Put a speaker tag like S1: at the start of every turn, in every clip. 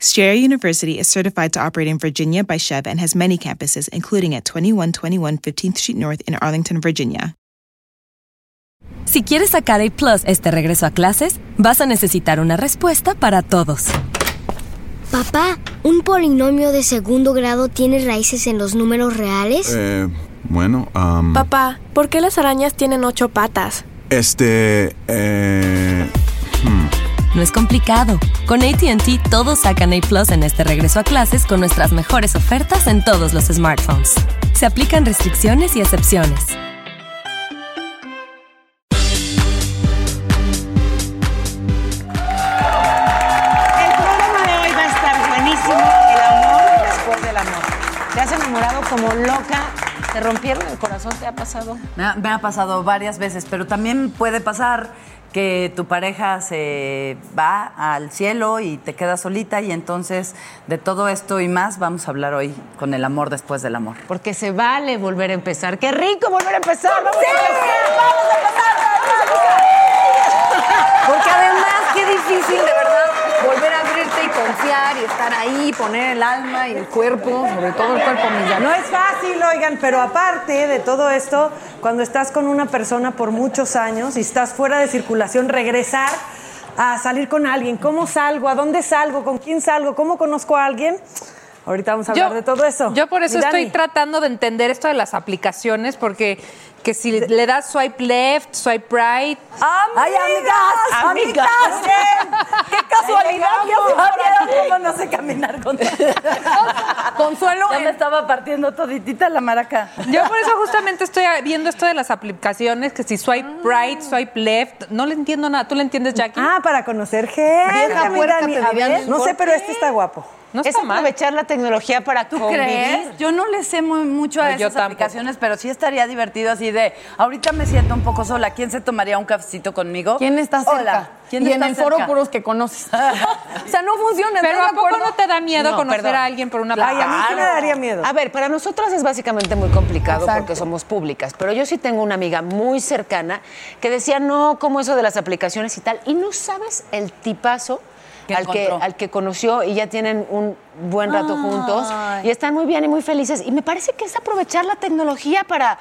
S1: Strayer University is certified to operate in Virginia by Chev and has many campuses, including at 2121 15th Street North in Arlington, Virginia.
S2: Si quieres sacar A Plus este regreso a clases, vas a necesitar una respuesta para todos.
S3: Papá, ¿un polinomio de segundo grado tiene raíces en los números reales?
S4: Eh, bueno,
S5: Mm.
S4: am,
S6: Papá, ¿por qué las arañas tienen ocho patas?
S4: este, eh,
S2: No es complicado. Con ATT todos sacan A Plus en este regreso a clases con nuestras mejores ofertas en todos los smartphones. Se aplican restricciones y excepciones.
S7: El programa de hoy va a estar buenísimo. El amor después del amor. Te has enamorado como loca. Te rompieron el corazón, te ha pasado.
S8: Me ha, me ha pasado varias veces, pero también puede pasar que tu pareja se va al cielo y te quedas solita y entonces de todo esto y más vamos a hablar hoy con el amor después del amor.
S7: Porque se vale volver a empezar. ¡Qué rico volver a empezar! ¡Vamos a empezar! ¡Vamos a empezar!
S9: Porque además, qué difícil, de verdad, volver a abrirte y confiar y estar ahí, poner el alma y el cuerpo, sobre todo el cuerpo millán.
S10: No es fácil, oigan, pero aparte de todo esto, cuando estás con una persona por muchos años y estás fuera de circulación, regresar a salir con alguien. ¿Cómo salgo? ¿A dónde salgo? ¿Con quién salgo? ¿Cómo conozco a alguien? Ahorita vamos a hablar de todo eso.
S9: Yo por eso
S10: Mi Dani.
S9: estoy tratando de entender esto de las aplicaciones, porque que si le das swipe left, swipe right.
S8: ¡Ay, amigas!
S9: Amigas.
S8: ¡Qué casualidad!
S9: llegamos.
S8: Ya se vieron cómo no sé caminar con
S9: Consuelo,
S8: Ya me
S9: en-
S8: estaba partiendo toditita la maraca.
S9: yo por eso justamente estoy viendo esto de las aplicaciones, que si swipe right, swipe left, no le entiendo nada. ¿Tú le entiendes, Jackie?
S10: Ah, para conocer gente.
S9: Vieja
S10: mi
S9: puerca,
S10: Dani.
S9: te
S10: A
S9: dirían
S10: ver,
S9: los
S10: no sé,
S9: cortes.
S10: pero este está guapo.
S9: no
S7: Es
S9: está mal.
S7: aprovechar la tecnología para convivir.
S8: Yo no le sé muy, mucho a
S9: No, yo
S8: esas
S9: tampoco.
S8: aplicaciones, pero sí estaría divertido así de, ahorita me siento un poco sola, ¿quién se tomaría un cafecito conmigo?
S11: ¿Quién está cerca?
S8: Hola. ¿Quién
S11: y
S8: está
S11: en el
S8: cerca?
S11: foro puros que conoces. o sea, no funciona.
S9: Pero ¿a
S11: ¿estás de
S9: poco
S11: acuerdo?
S9: no te da miedo
S8: No,
S9: conocer
S8: perdón.
S9: a alguien por una
S10: Ay, a mí sí me
S9: aplicación?
S10: daría miedo.
S7: A ver, para nosotras es básicamente muy complicado
S11: Exacto.
S7: porque somos públicas, pero yo sí tengo una amiga muy cercana que decía, no, como eso de las aplicaciones y tal, y no sabes el tipazo
S8: Que
S7: al que,
S8: encontró.
S7: al que conoció y ya tienen un buen rato juntos y están muy bien y muy felices. Y me parece que es aprovechar la tecnología para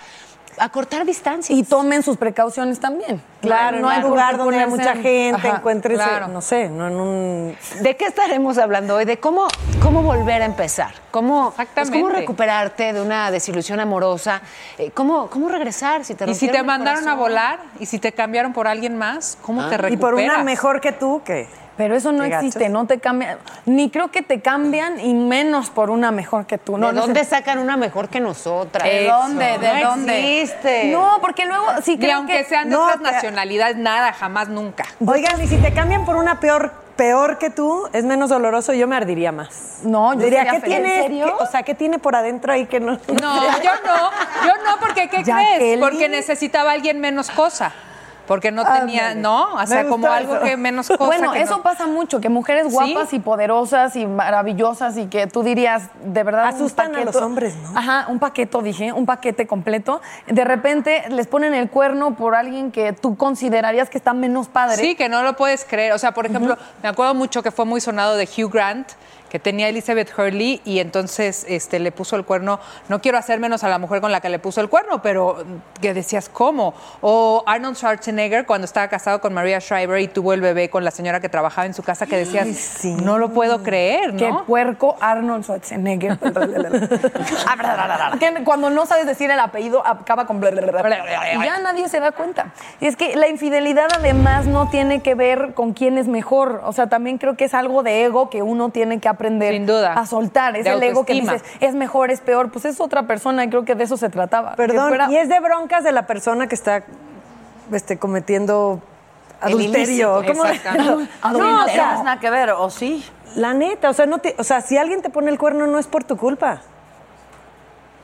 S7: acortar distancias.
S11: Y tomen sus precauciones también.
S10: Claro, en un
S11: por
S10: lugar
S11: qué
S10: donde hay
S11: ponerse
S10: mucha
S11: en-
S10: gente,
S11: Ajá,
S10: encuentres, eh,
S11: claro.
S10: no sé, no en un...
S7: ¿De qué estaremos hablando hoy? De cómo, cómo volver a empezar, cómo, pues, cómo
S9: Exactamente.
S7: recuperarte de una desilusión amorosa, eh, cómo, cómo regresar si te
S9: Y si
S7: rompieron
S9: te
S7: el
S9: mandaron a
S7: corazón.
S9: volar y si te cambiaron por alguien más, ¿cómo te recuperas?
S10: Ah, Y por una mejor que tú, que...
S11: Pero eso no
S10: Qué gachos.
S11: existe, no te cambian. Ni creo que te cambian y menos por una mejor que tú. No,
S7: ¿De
S11: no sé.
S7: dónde sacan una mejor que nosotras?
S8: ¿De dónde? ¿De
S7: no
S8: dónde?
S7: Existe.
S11: No, porque luego sí
S9: Ni
S11: creo
S9: aunque
S11: que
S9: sean de
S10: No,
S9: otras
S10: te-
S9: nacionalidades, nada, jamás, nunca.
S10: Oigan, y si te cambian por una peor peor que tú, es menos doloroso, yo me ardiría más.
S11: No, yo
S10: diría
S11: sería
S10: ¿qué
S11: feliz.
S10: tiene,
S11: ¿En serio?
S10: qué- o sea, ¿qué tiene por adentro ahí que no?
S9: No, yo no, yo no, porque ¿qué crees?
S10: Jacqueline.
S9: Porque necesitaba a alguien menos cosa. Porque no tenía, no, o
S10: Me
S9: sea, como
S10: gustó
S9: algo
S10: eso.
S9: que menos cosa.
S11: Ah, Bueno,
S9: que
S11: eso
S9: no.
S11: pasa mucho, que mujeres guapas y poderosas y maravillosas y que tú dirías, de verdad... un
S10: Asustan a
S11: paqueto-
S10: los hombres, ¿no?
S11: Ajá, un paqueto, dije, un paquete completo. De repente les ponen el cuerno por alguien que tú considerarías que está menos padre.
S9: Sí, que no lo puedes creer. O sea, por ejemplo, me acuerdo mucho que fue muy sonado de Hugh Grant, que tenía Elizabeth Hurley y entonces este, le puso el cuerno, no quiero hacer menos a la mujer con la que le puso el cuerno, pero mm, que decías, ¿cómo? O Arnold Schwarzenegger cuando estaba casado con Maria Shriver y tuvo el bebé con la señora que trabajaba en su casa, que decías, no lo puedo creer, ¿no?
S11: Qué puerco Arnold Schwarzenegger. Ah, Que Cuando no sabes decir el apellido, acaba con... Y ya nadie se da cuenta. Y es que la infidelidad además no tiene que ver con quién es mejor. O sea, también creo que es algo de ego que uno tiene que aprender
S9: Sin duda.
S11: a soltar. Es
S9: De
S11: el ego que
S9: autoestima.
S11: dices, es mejor, es peor. Pues es otra persona y creo que de eso se trataba. Que
S10: Perdón,
S11: fuera-
S10: y es de broncas de la persona que está este, cometiendo
S8: El
S10: adulterio.
S8: ilícito, exactamente.
S10: No, o
S8: Adulterio. No
S10: sea,
S8: tienes nada que ver, o sí.
S10: La neta, o sea, no te, o sea, si alguien te pone el cuerno no es por tu culpa.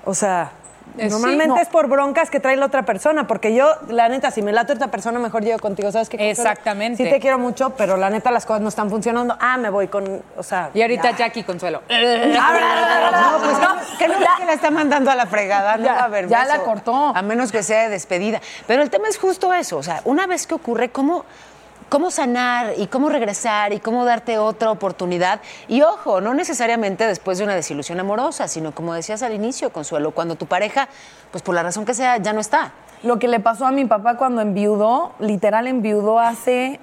S10: O sea,
S11: Eh, sí,
S10: normalmente
S11: no.
S10: es por broncas que trae la otra persona, porque yo, la neta, si me late otra persona, mejor llego contigo, ¿sabes qué? Consuelo?
S9: Exactamente.
S10: Sí te quiero mucho, pero la neta las cosas no están funcionando. Ah, me voy con, o sea...
S9: Y ahorita
S10: ya.
S9: Jackie Consuelo.
S7: No, pues no, que no es que la está mandando a la fregada, no
S11: Ya,
S7: va a haber
S11: ya
S7: beso,
S11: la cortó.
S7: A menos que sea de despedida. Pero el tema es justo eso, o sea, una vez que ocurre, ¿cómo, cómo sanar y cómo regresar y cómo darte otra oportunidad? Y ojo, no necesariamente después de una desilusión amorosa, sino como decías al inicio, Consuelo, cuando tu pareja, pues por la razón que sea, ya no está.
S11: Lo que le pasó a mi papá cuando enviudó, literal enviudó hace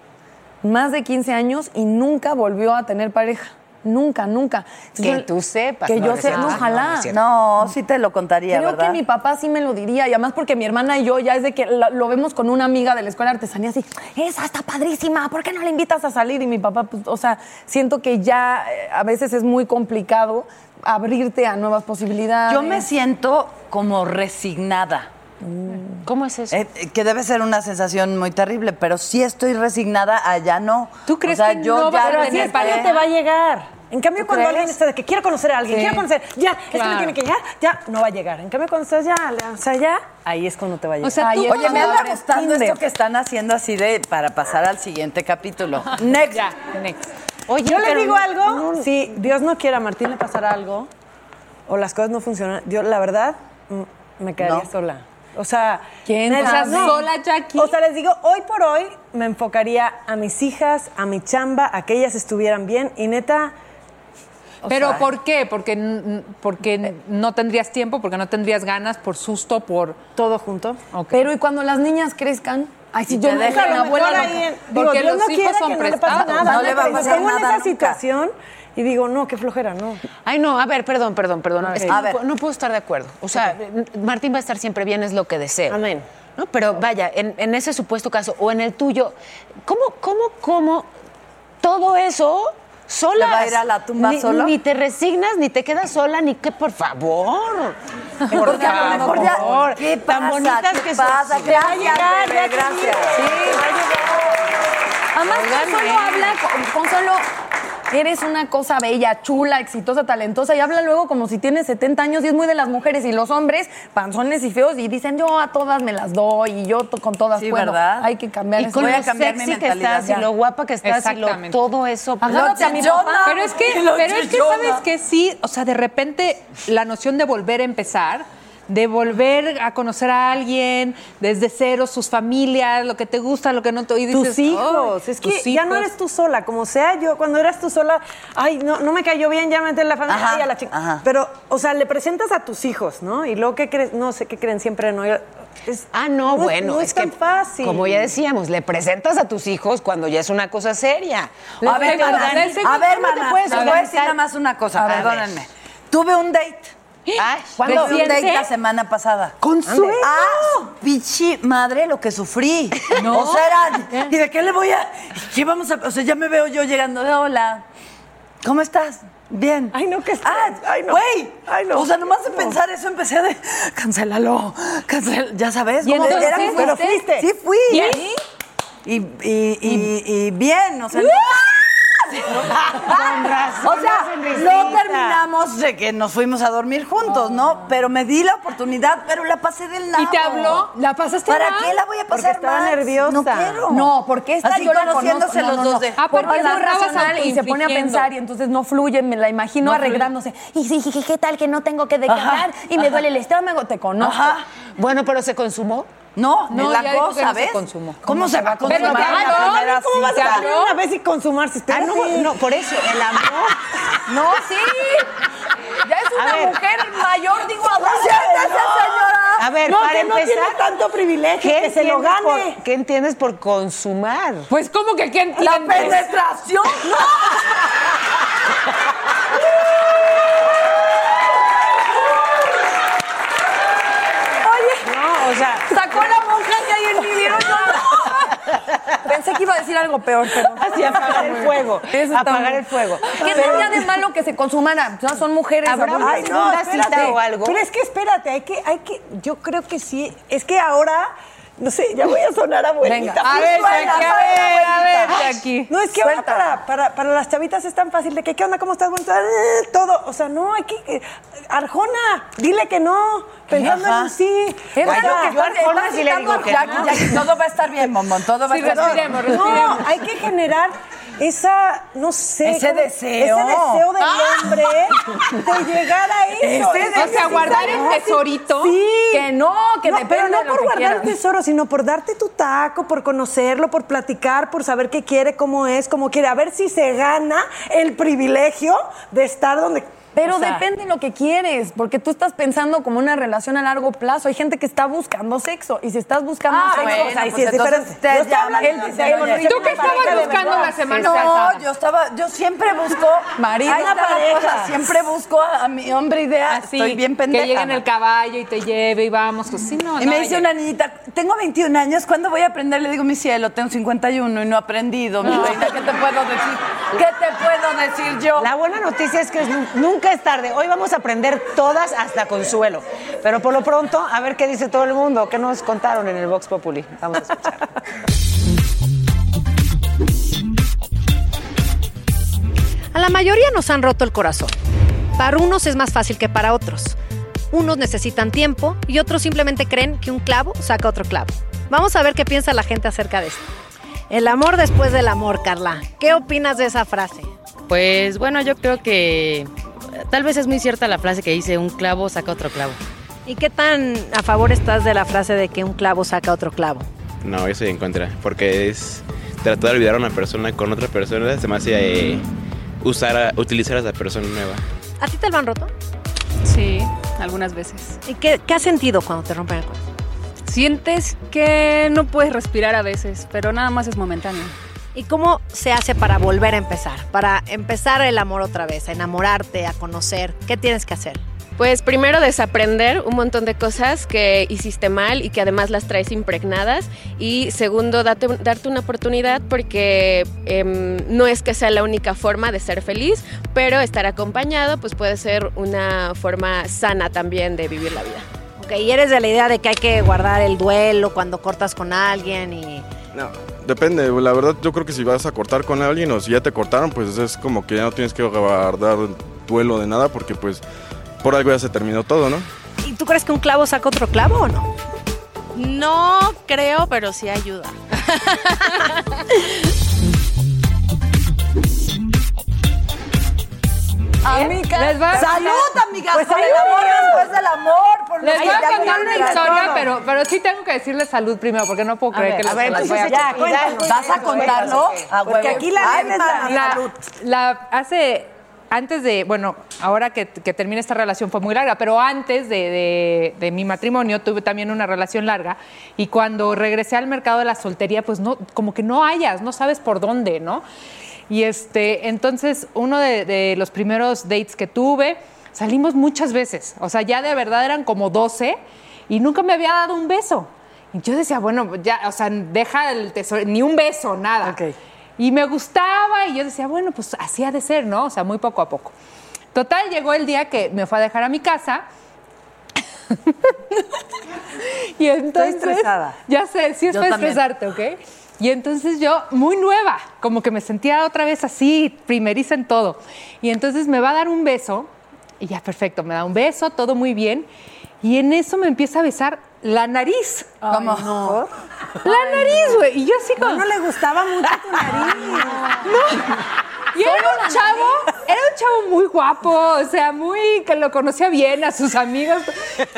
S11: más de 15 años y nunca volvió a tener pareja. Nunca, nunca.
S8: Que
S11: yo-
S8: tú sepas,
S11: Que
S8: no,
S11: yo
S8: no es
S11: sepa,
S8: cierto. Ah, no, no
S11: ojalá.
S8: es cierto. No, sí te lo contaría,
S11: Creo
S8: ¿verdad?
S11: que mi papá sí me lo diría, y además porque mi hermana y yo ya es de que la- lo vemos con una amiga de la escuela de artesanía, así, esa está padrísima, ¿por qué no la invitas a salir? Y mi papá, pues, o sea, siento que ya eh, a veces es muy complicado abrirte a nuevas posibilidades.
S8: Yo me siento como resignada.
S10: Mm.
S8: Eh,
S7: ¿Cómo es eso?
S8: que debe ser una sensación muy terrible, pero sí estoy resignada a ya no. ¿Tú
S10: crees
S8: o sea,
S10: que
S8: yo
S10: no
S8: ya
S10: vas a
S8: tener
S10: tener pareja?
S8: pareja.
S10: te va a llegar. En cambio,
S8: ¿Tú
S10: cuando
S8: crees?
S10: alguien está de que quiero conocer a alguien,
S8: Sí.
S10: quiero conocer, ya, es que
S8: Claro.
S10: me tiene que llegar, ya, no va a llegar. En cambio, cuando estás ya, o sea, ya, ahí es cuando te va a llegar. Ahí es
S8: oye, me
S10: cuando
S8: anda
S10: abres
S8: gustando
S10: Tinder.
S8: esto que están haciendo así de para pasar al siguiente capítulo. Next.
S9: next.
S8: Oye,
S10: yo le
S8: pero
S10: digo
S8: no-
S10: algo, si Dios no quiera a Martín le pasara algo, o las cosas no funcionan, yo la verdad mm, me quedaría
S9: No.
S10: sola. O sea,
S11: ¿Quién
S10: neta,
S11: sabe?
S10: no.
S11: Sola, Jackie.
S10: O sea, les digo, hoy por hoy me enfocaría a mis hijas, a mi chamba, a que ellas estuvieran bien y neta... o
S9: Pero
S10: sea,
S9: ¿por qué? Porque, n-
S11: eh,
S9: porque no tendrías tiempo, porque no tendrías ganas, por susto, por...
S10: Todo junto.
S11: Pero y cuando las niñas crezcan, ay, si
S9: Y
S11: yo
S9: te
S11: me
S9: dejan
S11: la
S9: a lo
S11: abuela
S9: mejor
S11: loca.
S9: ahí en- Porque
S10: Dios
S9: los hijos
S10: quiera
S9: son
S10: que no le pase
S9: prestados.
S10: nada,
S9: No le va a
S10: pero
S9: pasar
S10: me pongo en
S9: nada
S10: esa
S9: nunca.
S10: situación y digo, no, qué flojera, no.
S7: Ay, no, a ver, perdón, perdón, perdón. Es que
S10: A
S7: no,
S10: ver.
S7: pu- no puedo estar de acuerdo. O sea, Martín va a estar siempre bien, es lo que deseo. Amén. No, pero vaya, en, en ese supuesto caso, o en el tuyo, ¿cómo, cómo, cómo todo eso sola?
S8: ¿Te va a ir a la tumba
S7: ni,
S8: solo?
S7: Ni te resignas, ni te quedas sola, ni que, por favor.
S8: Porque a lo mejor ya- ¿Qué
S7: Tan
S8: pasa?
S7: bonitas
S8: ¿Qué
S7: que
S8: pasa?
S7: son.
S8: Gracias, bebé, gracias.
S11: Además,
S7: Ah,
S8: Oigan,
S11: Consuelo
S8: ¿eh?
S11: habla, con- Consuelo, eres una cosa bella, chula, exitosa, talentosa, y habla luego como si tienes 70 años y es muy de las mujeres y los hombres, panzones y feos, y dicen, yo a todas me las doy y yo to- con todas
S8: Sí,
S11: puedo.
S8: ¿verdad?
S11: Hay que cambiar
S7: Y
S11: esa-
S7: con
S11: Voy
S7: lo
S11: a cambiar mi
S7: sexy que
S11: mentalidad,
S7: estás, y
S11: ya.
S7: lo guapa que estás, y lo
S9: Exactamente.
S7: todo eso. pues,
S11: Agárrate a mi papá.
S9: Pero es que, pero es que sabes que sí, o sea, de repente la noción de volver a empezar, de volver a conocer a alguien desde cero, sus familias, lo que te gusta, lo que no te y dices,
S10: Tus hijos,
S9: "Ay,
S10: es que
S9: tus
S10: ya no
S9: hijos".
S10: eres tú sola, como sea yo, cuando eras tú sola, ay, no, no me cayó bien, ya metí en la familia
S8: Ajá,
S10: y a la chica. Pero, o sea, le presentas a tus hijos, ¿no? Y luego, ¿qué crees? No sé, ¿qué creen siempre? No,
S7: ah, no, bueno,
S10: no
S7: es,
S10: es tan
S7: que,
S10: fácil.
S7: como ya decíamos, le presentas a tus hijos cuando ya es una cosa seria.
S8: A ver,
S7: Organi-
S8: mana, a ver, mana,
S7: puedes
S8: les voy a decir
S7: organizar?
S8: nada más una
S7: A
S8: cosa,
S7: ver.
S8: perdónenme. Tuve un date.
S10: ¿Eh?
S8: ¿Cuándo? Tuve un date la semana pasada.
S7: Consuelo.
S8: Ah, pichi madre, lo que sufrí. No. O sea,
S7: ¿Eh?
S8: era- ¿y de qué le voy a...? ¿Qué vamos a...? O sea, ya me veo yo llegando de hola. ¿Cómo estás? Bien. Ay,
S10: no, que
S8: Ah, ay,
S10: no.
S8: Güey.
S10: Ay, no.
S8: O sea, nomás de
S10: No.
S8: pensar eso empecé a de... Cancélalo. Cancel, ya sabes.
S10: ¿Y
S8: como
S10: entonces
S8: era que-
S10: fuiste?
S8: pero fuiste. Sí, fui.
S10: ¿Y?
S8: Y, y, y, y bien, o sea...
S7: Con razón,
S8: O sea,
S7: hacen
S8: no
S7: risita.
S8: terminamos de que nos fuimos a dormir juntos, ¿no? Pero me di la oportunidad, pero la pasé del lado.
S11: ¿Y te habló? ¿La pasaste
S8: ¿Para
S11: mal?
S8: qué la voy a pasar
S10: estaba
S8: mal?
S10: nerviosa.
S8: No quiero.
S11: No, porque esta
S8: Así
S11: yo la
S8: conociéndose
S11: conozco. No,
S8: los
S11: no, no.
S8: dos de...
S11: Ah, porque es
S8: Hola,
S11: muy racional y se pone a
S9: autoinfligiendo.
S11: pensar y entonces no fluye, me la imagino
S9: No fluye.
S11: arreglándose. Y sí, sí, sí, ¿qué tal que no tengo que declarar
S8: Ajá,
S11: y me
S8: ajá.
S11: duele el estómago? Te conozco.
S8: Ajá.
S7: Bueno, pero se consumó.
S8: No,
S9: No,
S8: de la
S9: ya dijo que
S8: cosa,
S9: no se
S8: ¿ves?
S9: consumó.
S8: ¿Cómo, se va a
S11: Pues
S8: consumar?
S9: Pero te
S8: la
S9: habló,
S8: primera
S9: ¿cómo vas a
S8: cita?
S9: hablar una
S10: vez y consumar si
S8: Ah,
S9: no-
S8: sí.
S9: no, por eso, el amor.
S11: No, sí. Ya es
S8: A
S11: una
S8: ver.
S11: mujer mayor, digo,
S8: No
S11: adulta.
S8: seas esa señora.
S7: A ver,
S11: No,
S7: para
S11: que no
S7: empezar.
S11: tiene
S10: tanto privilegio
S7: ¿qué
S10: que se lo
S7: entiendes
S10: gane?
S7: por- ¿Qué entiendes por consumar?
S11: Pues, ¿cómo que qué
S7: entiendes?
S11: La penetración.
S10: Oye. No, o sea.
S11: Sacó la monja que hay en mi video. no. Pensé que iba a decir algo peor, pero.
S7: Así, apagar el fuego.
S11: Eso está
S7: Apagar
S11: muy-
S7: el fuego.
S11: ¿Qué
S7: Pero-
S11: tendría de malo que se consumara? Ya son mujeres.
S7: Habrá
S11: adultas.
S7: una
S11: Ay, no,
S7: segunda cita
S11: espérate.
S7: o algo.
S10: Pero es que espérate, hay que, hay que, yo creo que sí. Es que ahora, no sé, ya voy a sonar abuelita.
S9: Venga. A
S10: Sí,
S9: ver,
S10: suena,
S9: Jackie, a
S10: suena,
S9: ver, a
S10: abuelita.
S9: ver, Jackie.
S10: No, es que ahora para, para, para las chavitas es tan fácil de que, ¿qué onda? ¿Cómo estás? Bonita? Eh, Todo. O sea, no, hay que. eh, Arjona, dile que no, pensando en
S8: Ajá.
S10: un sí.
S8: Es
S10: O sea,
S8: bueno que
S10: yo
S8: estás- estás citando a Jackie, Jackie, todo va a estar bien, Momón, todo va a
S10: Sí,
S8: estar bien.
S10: respiremos, respiremos. No, hay que generar esa, no sé.
S8: Ese
S10: ¿cómo?
S8: deseo.
S10: Ese deseo del
S8: Ah.
S10: hombre de llegar a eso.
S11: Ese
S10: Es
S11: deseo. O sea, guardar el
S10: necesario.
S11: tesorito,
S10: Sí.
S11: que no, que depende
S10: Pero no
S11: de lo
S10: por
S11: que
S10: guardar
S11: quieras.
S10: el tesoro, sino por darte tu taco, por conocerlo, por platicar, por saber qué quiere, cómo es, cómo quiere. A ver si se gana el privilegio de estar donde...
S11: Pero
S10: o sea,
S11: depende de lo que quieres, porque tú estás pensando como una relación a largo plazo. Hay gente que está buscando sexo, y si estás buscando
S8: Ah,
S11: sexo,
S8: bueno,
S11: o sea, ahí sí
S8: pues
S11: es
S8: entonces
S11: diferente.
S8: ustedes
S11: Yo estoy
S8: ya
S11: hablando
S8: hablan
S11: del-
S8: de
S11: del-
S8: relación.
S11: ¿Tú qué
S8: Una
S11: estabas
S8: pareja de
S11: buscando
S8: verdad.
S11: la semana pasada?
S8: No, yo estaba, yo siempre busco
S11: Marido.
S8: Ahí está la
S11: Pareja.
S8: cosa, siempre busco a, a mi hombre ideal.
S9: Así,
S8: Estoy bien pendeja.
S9: Que llegue en el caballo y te lleve y vamos. Pues, sí, no,
S8: Y
S9: no,
S8: me dice
S9: ya-
S8: una niñita, tengo 21 años, ¿cuándo voy a aprender? Le digo, mi cielo, tengo 51 y no he aprendido, mi reina, ¿qué te puedo decir? ¿Qué te puedo decir yo?
S7: La buena noticia es que es nu- nunca es tarde. Hoy vamos a aprender todas hasta consuelo. Pero por lo pronto, a ver qué dice todo el mundo, qué nos contaron en el Vox Populi. Vamos a escuchar.
S12: A la mayoría nos han roto el corazón. Para unos es más fácil que para otros. Unos necesitan tiempo y otros simplemente creen que un clavo saca otro clavo. Vamos a ver qué piensa la gente acerca de esto. El amor después del amor, Carla. ¿Qué opinas de esa frase?
S13: Pues bueno, yo creo que eh, tal vez es muy cierta la frase que dice un clavo saca otro clavo.
S12: ¿Y qué tan a favor estás de la frase de que un clavo saca otro clavo?
S14: No, yo soy en contra, porque es tratar de olvidar a una persona con otra persona, se me hace eh, usar a- utilizar a esa persona nueva.
S12: ¿A ti te lo han roto?
S15: Sí, algunas veces.
S12: ¿Y qué, qué has sentido cuando te rompen el corazón?
S15: Sientes que no puedes respirar a veces, pero nada más es momentáneo.
S12: ¿Y cómo se hace para volver a empezar? Para empezar el amor otra vez, a enamorarte, a conocer. ¿Qué tienes que hacer?
S15: Pues primero desaprender un montón de cosas que hiciste mal y que además las traes impregnadas. Y segundo, date un- darte una oportunidad porque em, no es que sea la única forma de ser feliz, pero estar acompañado pues puede ser una forma sana también de vivir la vida.
S12: Ok, y eres de la idea de que hay que guardar el duelo cuando cortas con alguien y...
S4: No, depende. La verdad, yo creo que si vas a cortar con alguien o si ya te cortaron, pues es como que ya no tienes que guardar duelo de nada porque pues por algo ya se terminó todo, ¿no?
S12: ¿Y tú crees que un clavo saca otro clavo o no?
S16: No creo, pero sí ayuda.
S8: Amiga,
S9: Les voy a-
S8: salud, amigas,
S9: Pues
S8: por el
S9: salud.
S8: amor después del amor. Por
S9: Les
S8: lo que
S9: voy a
S8: ya
S9: contar una
S8: vivieron.
S9: historia, pero, pero sí tengo que decirle salud primero, porque no puedo
S8: A
S9: creer
S8: ver,
S9: que
S8: a
S9: les-
S8: ver,
S9: las voy
S8: entonces ya,
S9: contar.
S8: cuéntanos. ¿Vas a contarlo? A
S9: Porque
S8: huevo.
S9: aquí la
S8: Ay,
S9: neta es la-
S8: madre.
S9: la- la- hace antes de, bueno, ahora que, que termina esta relación fue muy larga, pero antes de, de- de mi matrimonio tuve también una relación larga y cuando regresé al mercado de la soltería, pues no, como que no hayas, no sabes por dónde, ¿no? Y este, entonces uno de, de los primeros dates que tuve, salimos muchas veces, o sea, ya de verdad eran como 12 y nunca me había dado un beso. Y yo decía, bueno, ya, o sea, deja el tesoro, ni un beso, nada. Y me gustaba y yo decía, bueno, pues así ha de ser, ¿no? O sea, muy poco a poco. Total, llegó el día que me fue a dejar a mi casa. y entonces.
S8: estresada.
S9: Ya sé, sí es
S8: Yo
S9: para
S8: también.
S9: estresarte, ¿ok? Y entonces yo, muy nueva, como que me sentía otra vez así, primeriza en todo. Y entonces me va a dar un beso, y ya perfecto, me da un beso, todo muy bien. Y en eso me empieza a besar la nariz.
S8: ¿Cómo?
S9: La nariz, güey. Y yo así como. No,
S10: le gustaba mucho tu nariz.
S9: no. Y era un chavo, era un chavo muy guapo, o sea, muy que lo conocía bien a sus amigos.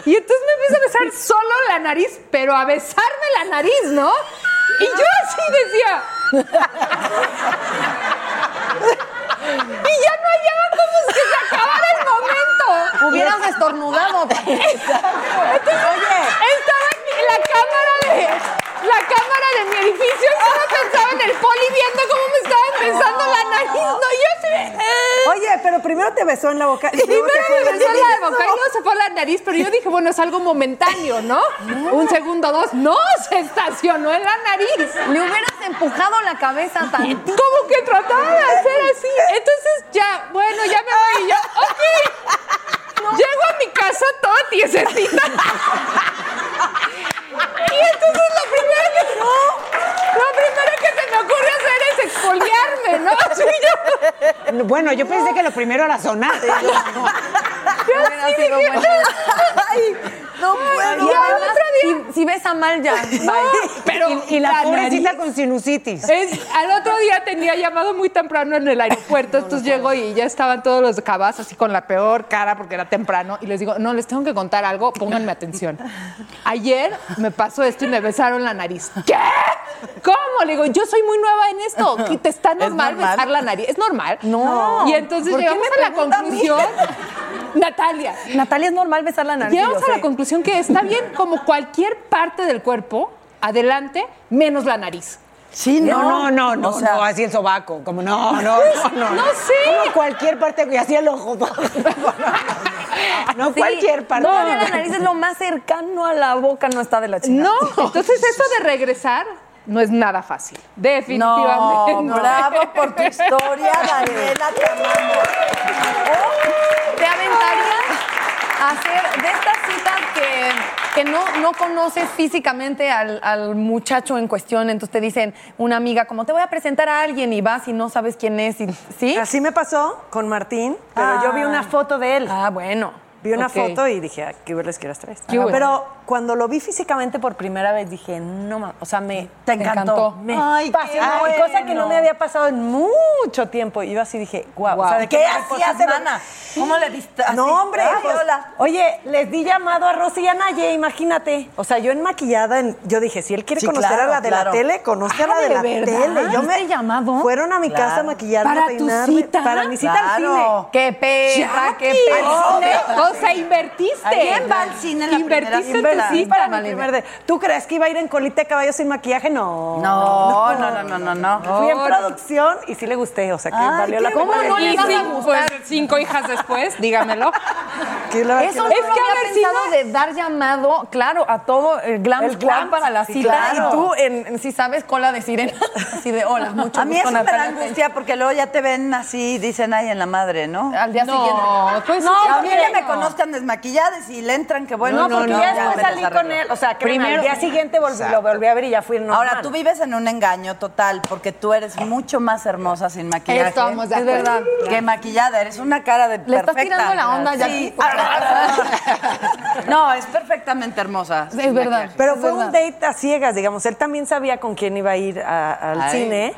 S9: Y entonces me empieza a besar solo la nariz, pero a besarme la nariz, ¿no? Y yo así decía. Y ya no hallaba como si se acabara el momento.
S17: Hubieras estornudado.
S10: pues.
S9: Entonces, estaba en la cámara de. La cámara de mi edificio y solo pensaba en el poli viendo cómo me estaban besando la nariz. No, yo sí.
S10: Oye, pero primero te besó en la boca.
S9: Y
S10: luego se fue
S9: primero me
S10: la
S9: besó
S10: nariz.
S9: la boca y luego se fue la nariz, pero yo dije, bueno, es algo momentáneo, ¿no? Un segundo, dos. No, se estacionó en la nariz.
S17: Le hubieras empujado la cabeza tan.
S9: Como que trataba de hacer así. Entonces ya, bueno, ya me voy y yo, ok. Llego a mi casa toda tiesecita. Y entonces lo primero que no, lo primero que se me ocurre hacer es exfoliarme, ¿no? Así yo,
S18: No, Bueno, yo pensé que lo primero era sonar.
S9: yo así dije,
S17: No
S9: puedo.
S17: Y
S9: Ya,
S17: además,
S9: otro
S17: Si, si besa mal ya.
S9: No, pero
S18: y, y la, pobrecita
S9: nariz.
S18: con sinusitis.
S9: Es- al otro día tenía llamado muy temprano en el aeropuerto, entonces llego y ya estaban todos los cabas así con la peor cara porque era temprano y les digo, no, les tengo que contar algo, pónganme atención. Ayer me pasó esto y me besaron la nariz. ¿Qué? ¿Cómo? Le digo, yo soy muy nueva en esto. ¿Qué ¿Te está normal, besar la nariz? ¿Es normal?
S11: No.
S9: Y entonces
S11: ¿Por qué
S9: llegamos
S11: me
S9: a la
S11: pregunta a mí?
S9: conclusión, Natalia,
S11: Natalia, es normal besar la nariz.
S9: Llegamos
S11: yo
S9: a la
S11: sé.
S9: conclusión que está bien como cualquier parte del cuerpo, adelante, menos la nariz.
S18: Sí, no, no, no, no,
S9: O sea-
S18: no, así el sobaco, como no, no, no, no.
S9: No
S18: sé. Como cualquier parte, y así el ojo. no
S11: Sí,
S18: cualquier parte.
S11: No, la nariz es lo más cercano a la boca, no está de la chingada.
S9: No, entonces eso de regresar no es nada fácil. Definitivamente.
S8: No, bravo por tu historia, Daniela, te amamos.
S11: ¿Te aventarías a hacer de estas citas que, que no, no conoces físicamente al, al muchacho en cuestión? Entonces te dicen una amiga, como te voy a presentar a alguien y vas y no sabes quién es. Y, ¿Sí?
S10: Así me pasó con Martín, pero yo vi una foto de él.
S11: Ah, bueno.
S10: Vi una
S11: Ok.
S10: foto y dije, ah, ¿qué les quieras traer?
S11: ¿Qué hubo?
S10: Pero cuando lo vi físicamente por primera vez dije, no mames, o sea, me
S8: Te encantó.
S10: Me
S8: Ay, qué
S10: fascinó, y
S8: bueno.
S10: cosa que no me había pasado en mucho tiempo. Y yo así dije, guau.
S8: Guau.
S10: o sea, ¿de
S8: ¿Qué
S10: me
S8: hacías,
S10: reposas de ver-
S8: mana? ¿Cómo le diste así? ah,
S10: No, hombre.
S8: Ay,
S10: pues,
S8: hola.
S10: Oye, les di llamado a Rosy y a Naye, imagínate. O sea, yo en maquillada, en- yo dije, si él quiere
S8: Sí,
S10: conocer
S8: claro,
S10: a la de
S8: claro.
S10: la tele, conoce a
S8: Ah,
S10: la de,
S8: ¿de
S10: la
S8: verdad?
S10: tele. Yo me
S8: ¿Hiciste
S10: llamado. Fueron a mi casa a
S8: Claro.
S10: maquillarme,
S8: ¿Para
S10: a
S8: tu
S10: peinarme,
S8: cita?
S10: Para mi cita al cine.
S8: Claro.
S11: ¡Qué perra, qué perra!
S9: O sea, invertiste.
S8: ¿Quién va al cine la
S10: Invertiste en
S8: primera
S10: tu
S8: cita?
S10: cita, mi primer de- ¿Tú crees que iba a ir en colita de caballo sin maquillaje? No.
S8: No, no, no, no, no, no.
S10: Fui en producción y sí le gusté, o sea, que
S8: Ay,
S10: valió la
S8: qué bueno.
S10: pena.
S8: ¿Cómo no le
S9: Y
S8: vas a
S9: cinco,
S8: gustar?
S9: pues, cinco hijas después, dígamelo.
S10: Que la-
S11: Eso
S10: que
S11: no
S10: la-
S11: lo había pensado de dar llamado, claro, a todo el glam,
S10: El
S11: squad
S10: glam,
S11: para la
S10: sí,
S11: cita.
S10: claro.
S11: Y tú, en, en- si sabes, cola de sirena. Así de hola, mucho
S8: A mí
S11: gusto,
S8: eso me da
S11: Natalia Peña.
S8: angustia porque luego ya te ven así y dicen, ay, en la madre, ¿no?
S10: Ah,
S11: Al día siguiente.
S8: Pues,
S11: No,
S8: no, a mí
S11: porque-
S8: que me conozcan desmaquilladas y le entran, que bueno. pues,
S10: No, porque ya después
S8: me las
S10: salí
S8: arreglo.
S10: con él, o sea, que Primero- al día siguiente volví- lo volví a ver y ya fui normal.
S8: Ahora, tú vives en un engaño total porque tú eres mucho más hermosa sin maquillaje.
S11: Estamos de acuerdo. Es verdad.
S8: Que maquillada, eres una cara de
S11: Le estás
S8: perfecta.
S11: tirando la onda ya.
S8: Sí. No, es perfectamente hermosa. sin maquillaje.
S10: Pero fue un date a ciegas, digamos. Él también sabía con quién iba a ir a- al
S7: Ay.
S10: cine.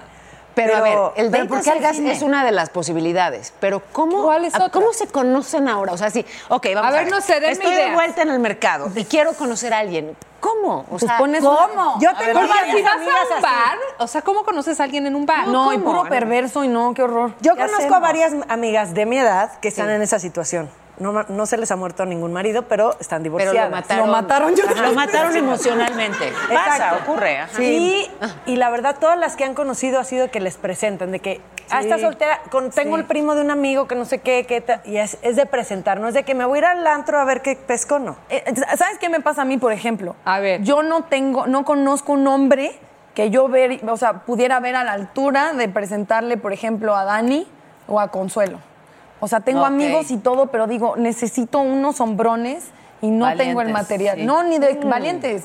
S7: Pero, a ver, el
S10: pero
S7: date
S10: ¿por
S7: a
S10: qué al
S7: ciegas
S10: cine?
S7: es una de las posibilidades. Pero ¿cómo, a- ¿cómo se conocen ahora? O sea, sí, ok, vamos a ver.
S9: ver, no sé, denme
S7: Estoy de
S9: ideas.
S7: vuelta en el mercado y quiero conocer a alguien. ¿Cómo? O
S11: Pues pones-
S8: ¿Cómo?
S10: Yo
S8: A
S10: tengo
S8: ver,
S10: varias
S9: Si vas
S10: amigas
S9: a un
S10: así.
S9: bar, o sea, ¿cómo conoces a alguien en un bar?
S11: No, y
S9: ¿Cómo?
S11: puro perverso y no, qué horror.
S10: Yo
S11: ¿Qué
S10: conozco a
S11: hacemos?
S10: varias amigas de mi edad que están en esa situación. No, ma- no se les ha muerto ningún marido, pero están divorciadas.
S7: mataron.
S10: mataron, yo
S7: Ajá.
S10: también.
S7: Lo mataron emocionalmente. Pasa, ocurre, ajá.
S10: Sí.
S11: Ah.
S10: Y, y la verdad, todas las que han conocido ha sido que les presentan, de que, ah,
S11: Sí.
S10: está soltera, con- tengo el primo de un amigo que no sé qué, qué tal. y es, es de presentar, no es de que me voy a ir al antro a ver qué pesco, no.
S11: Eh, ¿Sabes qué me pasa a mí, por ejemplo?
S9: A ver.
S11: Yo no tengo, no conozco un hombre que yo ver, o sea, pudiera ver a la altura de presentarle, por ejemplo, a Dani o a Consuelo. O sea, tengo
S8: Ok.
S11: amigos y todo, pero digo, necesito unos hombrones y no tengo
S8: Valientes,
S11: el material.
S8: sí.
S11: No, ni de valientes.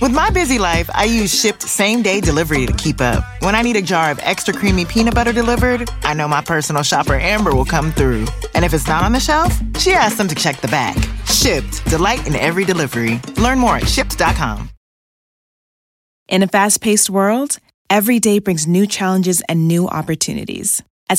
S19: With my busy life, I use shipped same day delivery to keep up. When I need a jar of extra creamy peanut butter delivered, I know my personal shopper Amber will come through. And if it's not on the shelf, she asks them to check the back. Shipped, delight in every delivery. Learn more at shipped.com.
S1: In a fast paced world, every day brings new challenges and new opportunities. At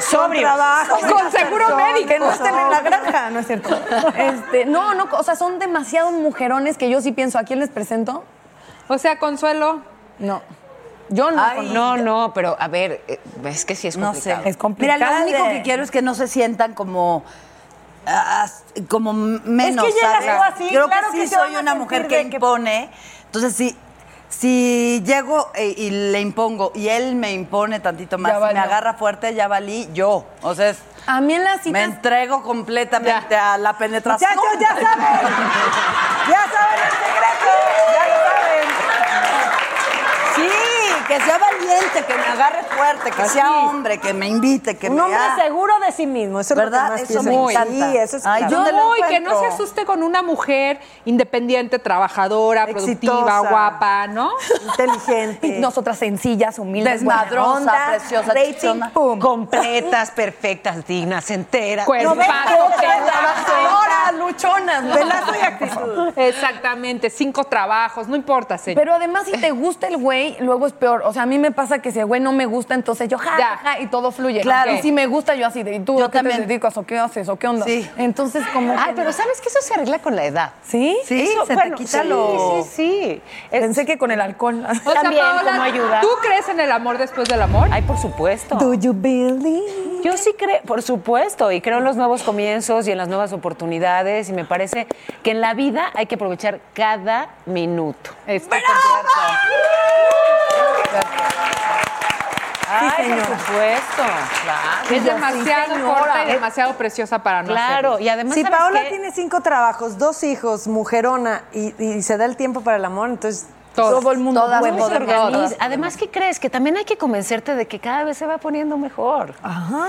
S10: sobrio.
S11: trabajo,
S10: Con
S11: con seguro
S10: persona,
S11: médico, no
S10: con
S11: estén en la granja, no es cierto. Este, no, no, o sea, son demasiados mujerones que yo sí pienso, ¿a quién les presento?
S9: O sea, Consuelo.
S11: No. Yo no.
S8: Ay,
S7: No, no, pero a ver, eh, es que sí es
S8: No sé. Mira,
S7: complicado.
S8: lo único que quiero es que no se sientan como. ah, como menos.
S7: Es que llegas
S8: ¿sabes?
S7: tú así,
S8: Creo
S7: claro
S8: que
S7: que
S8: sí
S7: te
S8: soy
S7: van a
S8: una
S7: sentir
S8: mujer que
S7: de que-
S8: impone. Entonces, si, si llego eh, y le impongo y él me impone tantito más,
S11: Ya
S8: y me
S11: valió.
S8: agarra fuerte, ya valí yo. O sea, es-
S11: A mí en las
S8: me
S11: citas
S8: entrego completamente a la penetración.
S11: Muchachos, ya
S8: saben. ya saben el secreto. Ya lo saben. Sí, que sea valiente, que me agarre fuerte, que sea hombre, que me invite, que
S10: Un
S8: me
S10: hombre
S8: ah.
S10: seguro de sí mismo, eso es
S8: ¿Verdad?
S10: lo que más
S8: Eso me
S10: pienso.
S8: encanta.
S10: Sí, eso es
S8: Ay,
S10: claro.
S8: ¿dónde lo
S9: No, y que no se
S8: encuentro?
S9: asuste con una mujer independiente, trabajadora, productiva,
S11: Exitosa.
S9: guapa, ¿no?
S10: Inteligente.
S11: Nosotras sencillas, humildes,
S8: Desmadrosa,
S11: buena onda,
S8: preciosa,
S11: rating,
S8: chichona.
S11: pum.
S18: Completas, perfectas, dignas, enteras.
S11: Pues,
S9: Cuerpazo,
S18: No ven que
S9: tela,
S11: trabajadoras, luchonas, ¿no?
S9: Velazo y actitud. Exactamente, cinco trabajos, no importa, señor.
S11: Pero además, si te gusta el güey, luego es peor. O sea, a mí me pasa que si el güey no me gusta, entonces yo, ja,
S9: Ya.
S11: ja, ja, y todo fluye.
S9: Claro.
S11: Y si me gusta, yo así, de, ¿y tú
S9: Yo
S11: a qué
S9: también.
S11: te dedicas o qué haces o qué onda?
S9: Sí.
S11: Entonces, como...
S7: Ay, pero ¿sabes que eso se arregla con la edad?
S11: ¿Sí?
S7: Eso, bueno, sí, Sí, sí,
S11: Pensé que con el alcohol.
S9: O sea, Paola, ¿Tú crees en el amor después del amor?
S7: Ay, por supuesto.
S10: Do you believe?
S7: Yo sí creo, por supuesto, y creo en los nuevos comienzos y en las nuevas oportunidades, y me parece que en la vida hay que aprovechar cada minuto.
S9: Estoy
S7: Ay,
S9: señora.
S7: por supuesto. Claro.
S9: Es demasiado corta y demasiado preciosa para no hacerlo.
S10: si Paola tiene cinco trabajos, dos hijos, mujerona y, y se da el tiempo para el amor, entonces
S9: Todas,
S10: todo el mundo
S7: Todas
S10: puede.
S7: se organiza. Además, ¿qué crees? Que también hay que convencerte de que cada vez se va poniendo mejor.
S11: Ajá.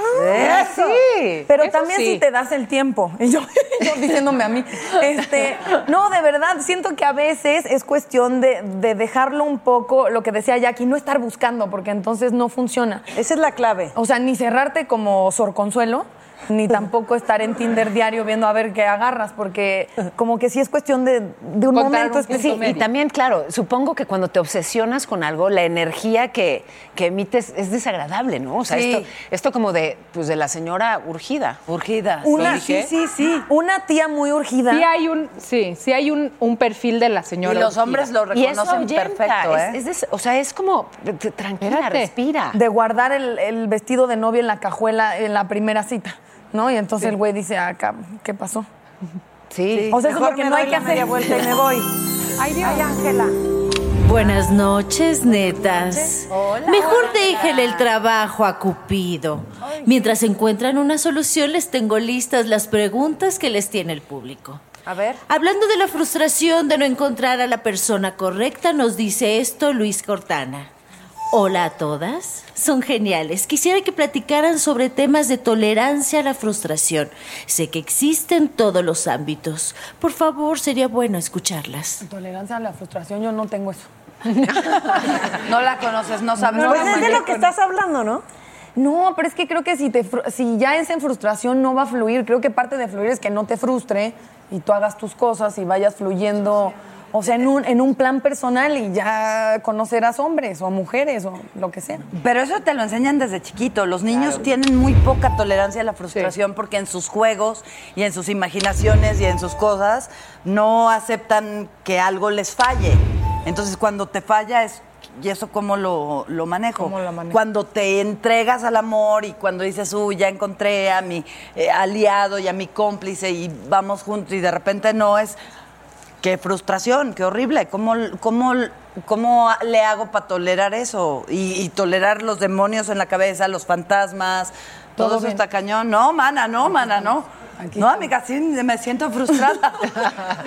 S7: Eso.
S11: Sí. Pero
S7: Eso
S11: también
S7: sí.
S11: si te das el tiempo. Y yo, yo diciéndome a mí. Este, no, de verdad, siento que a veces es cuestión de, de dejarlo un poco, lo que decía Jackie, no estar buscando, porque entonces no funciona.
S10: Esa es la clave.
S11: O sea, ni cerrarte como Sor Consuelo, ni tampoco estar en Tinder diario viendo a ver qué agarras, porque como que sí es cuestión de, de un momento
S7: Sí,
S11: específico.
S7: y también, claro, supongo que cuando te obsesionas con algo, la energía que, que emites es desagradable, ¿no? O sea,
S11: Sí.
S7: esto, esto como de, pues, de la señora urgida. Urgida.
S11: Una, sí, sí, sí. Una tía muy urgida.
S9: Sí hay un, sí, sí hay un, un perfil de la señora.
S8: Y los hombres lo
S7: Y eso
S8: reconocen
S7: ahuyenta,
S8: perfecto,
S7: es-
S8: ¿eh?
S7: es des- o sea, es como, t- tranquila,
S11: Espérate.
S7: respira.
S11: De guardar el, el vestido de novia en la cajuela en la primera cita, ¿no? Y entonces el güey dice, ah, cab- ¿qué pasó?
S7: Sí.
S11: O sea, eso es
S10: Mejor
S11: lo que
S10: me
S11: no hay
S10: doy
S11: que
S10: la media
S11: hacer.
S10: vuelta y me voy.
S11: Ay, Dios.
S20: Buenas noches, netas. Mejor déjenle el trabajo a Cupido. Mientras encuentran una solución, les tengo listas las preguntas que les tiene el público.
S8: A ver.
S20: Hablando de la frustración de no encontrar a la persona correcta, nos dice esto Luis Cortana. Hola a todas, son geniales. Quisiera que platicaran sobre temas de tolerancia a la frustración. Sé que existen todos los ámbitos. Por favor, sería bueno escucharlas.
S11: Tolerancia a la frustración, yo no tengo eso.
S8: No la conoces, no sabes.
S11: No,
S8: cómo
S11: pues es de lo que
S8: está
S11: estás hablando, ¿no? No, pero es que creo que si, te, fru- si ya es en frustración no va a fluir. Creo que parte de fluir es que no te frustre y tú hagas tus cosas y vayas fluyendo, o sea, en un, en un plan personal y ya conocerás hombres o mujeres o lo que sea.
S8: Pero eso te lo enseñan desde chiquito. Los niños tienen muy poca tolerancia a la frustración porque en sus juegos y en sus imaginaciones y en sus cosas no aceptan que algo les falle. Entonces cuando te falla es... ¿Y eso cómo lo, lo manejo? Cuando te entregas al amor y cuando dices, uy, ya encontré a mi eh, aliado y a mi cómplice y vamos juntos y de repente no es, Qué frustración, qué horrible. ¿Cómo, cómo, cómo le hago para tolerar eso? Y, y tolerar los demonios en la cabeza, los fantasmas, todo,
S11: Todo
S8: eso
S11: bien.
S8: está cañón. No, mana, no, mana, no. no, amiga, sí me siento frustrada.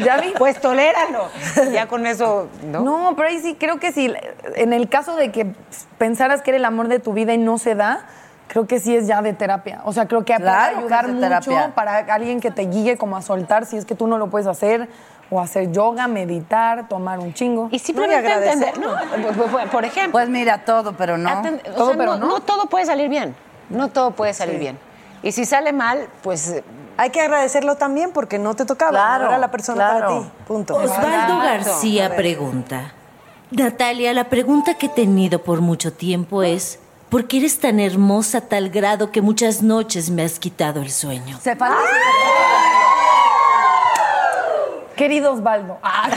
S11: ¿Ya vi?
S18: Pues toléralo. Ya con eso, ¿no?
S11: No, pero ahí sí creo que si en el caso de que pensaras que era el amor de tu vida y no se da, creo que sí es ya de terapia. O sea, creo que
S8: Claro que
S11: puede ayudar
S8: es de
S11: mucho
S8: terapia.
S11: para alguien que te guíe como a soltar si es que tú no lo puedes hacer. O hacer yoga, meditar, tomar un chingo. Y
S21: simplemente entender, ¿no? Por ejemplo.
S8: Pues mira, todo, pero no.
S21: Aten- o
S8: todo,
S21: sea,
S8: pero
S21: no, no todo puede salir bien. No todo puede salir bien. Y si sale mal, pues.
S10: Hay que agradecerlo también porque no te tocaba.
S8: Claro,
S10: no era la persona
S8: claro.
S10: para ti. Punto.
S8: Exacto.
S20: Osvaldo
S10: A
S20: García
S10: ver.
S20: pregunta. Natalia, la pregunta que he tenido por mucho tiempo es, ¿por qué eres tan hermosa a tal grado que muchas noches me has quitado el sueño?
S8: Se falta.
S11: Querido Osvaldo. Ah.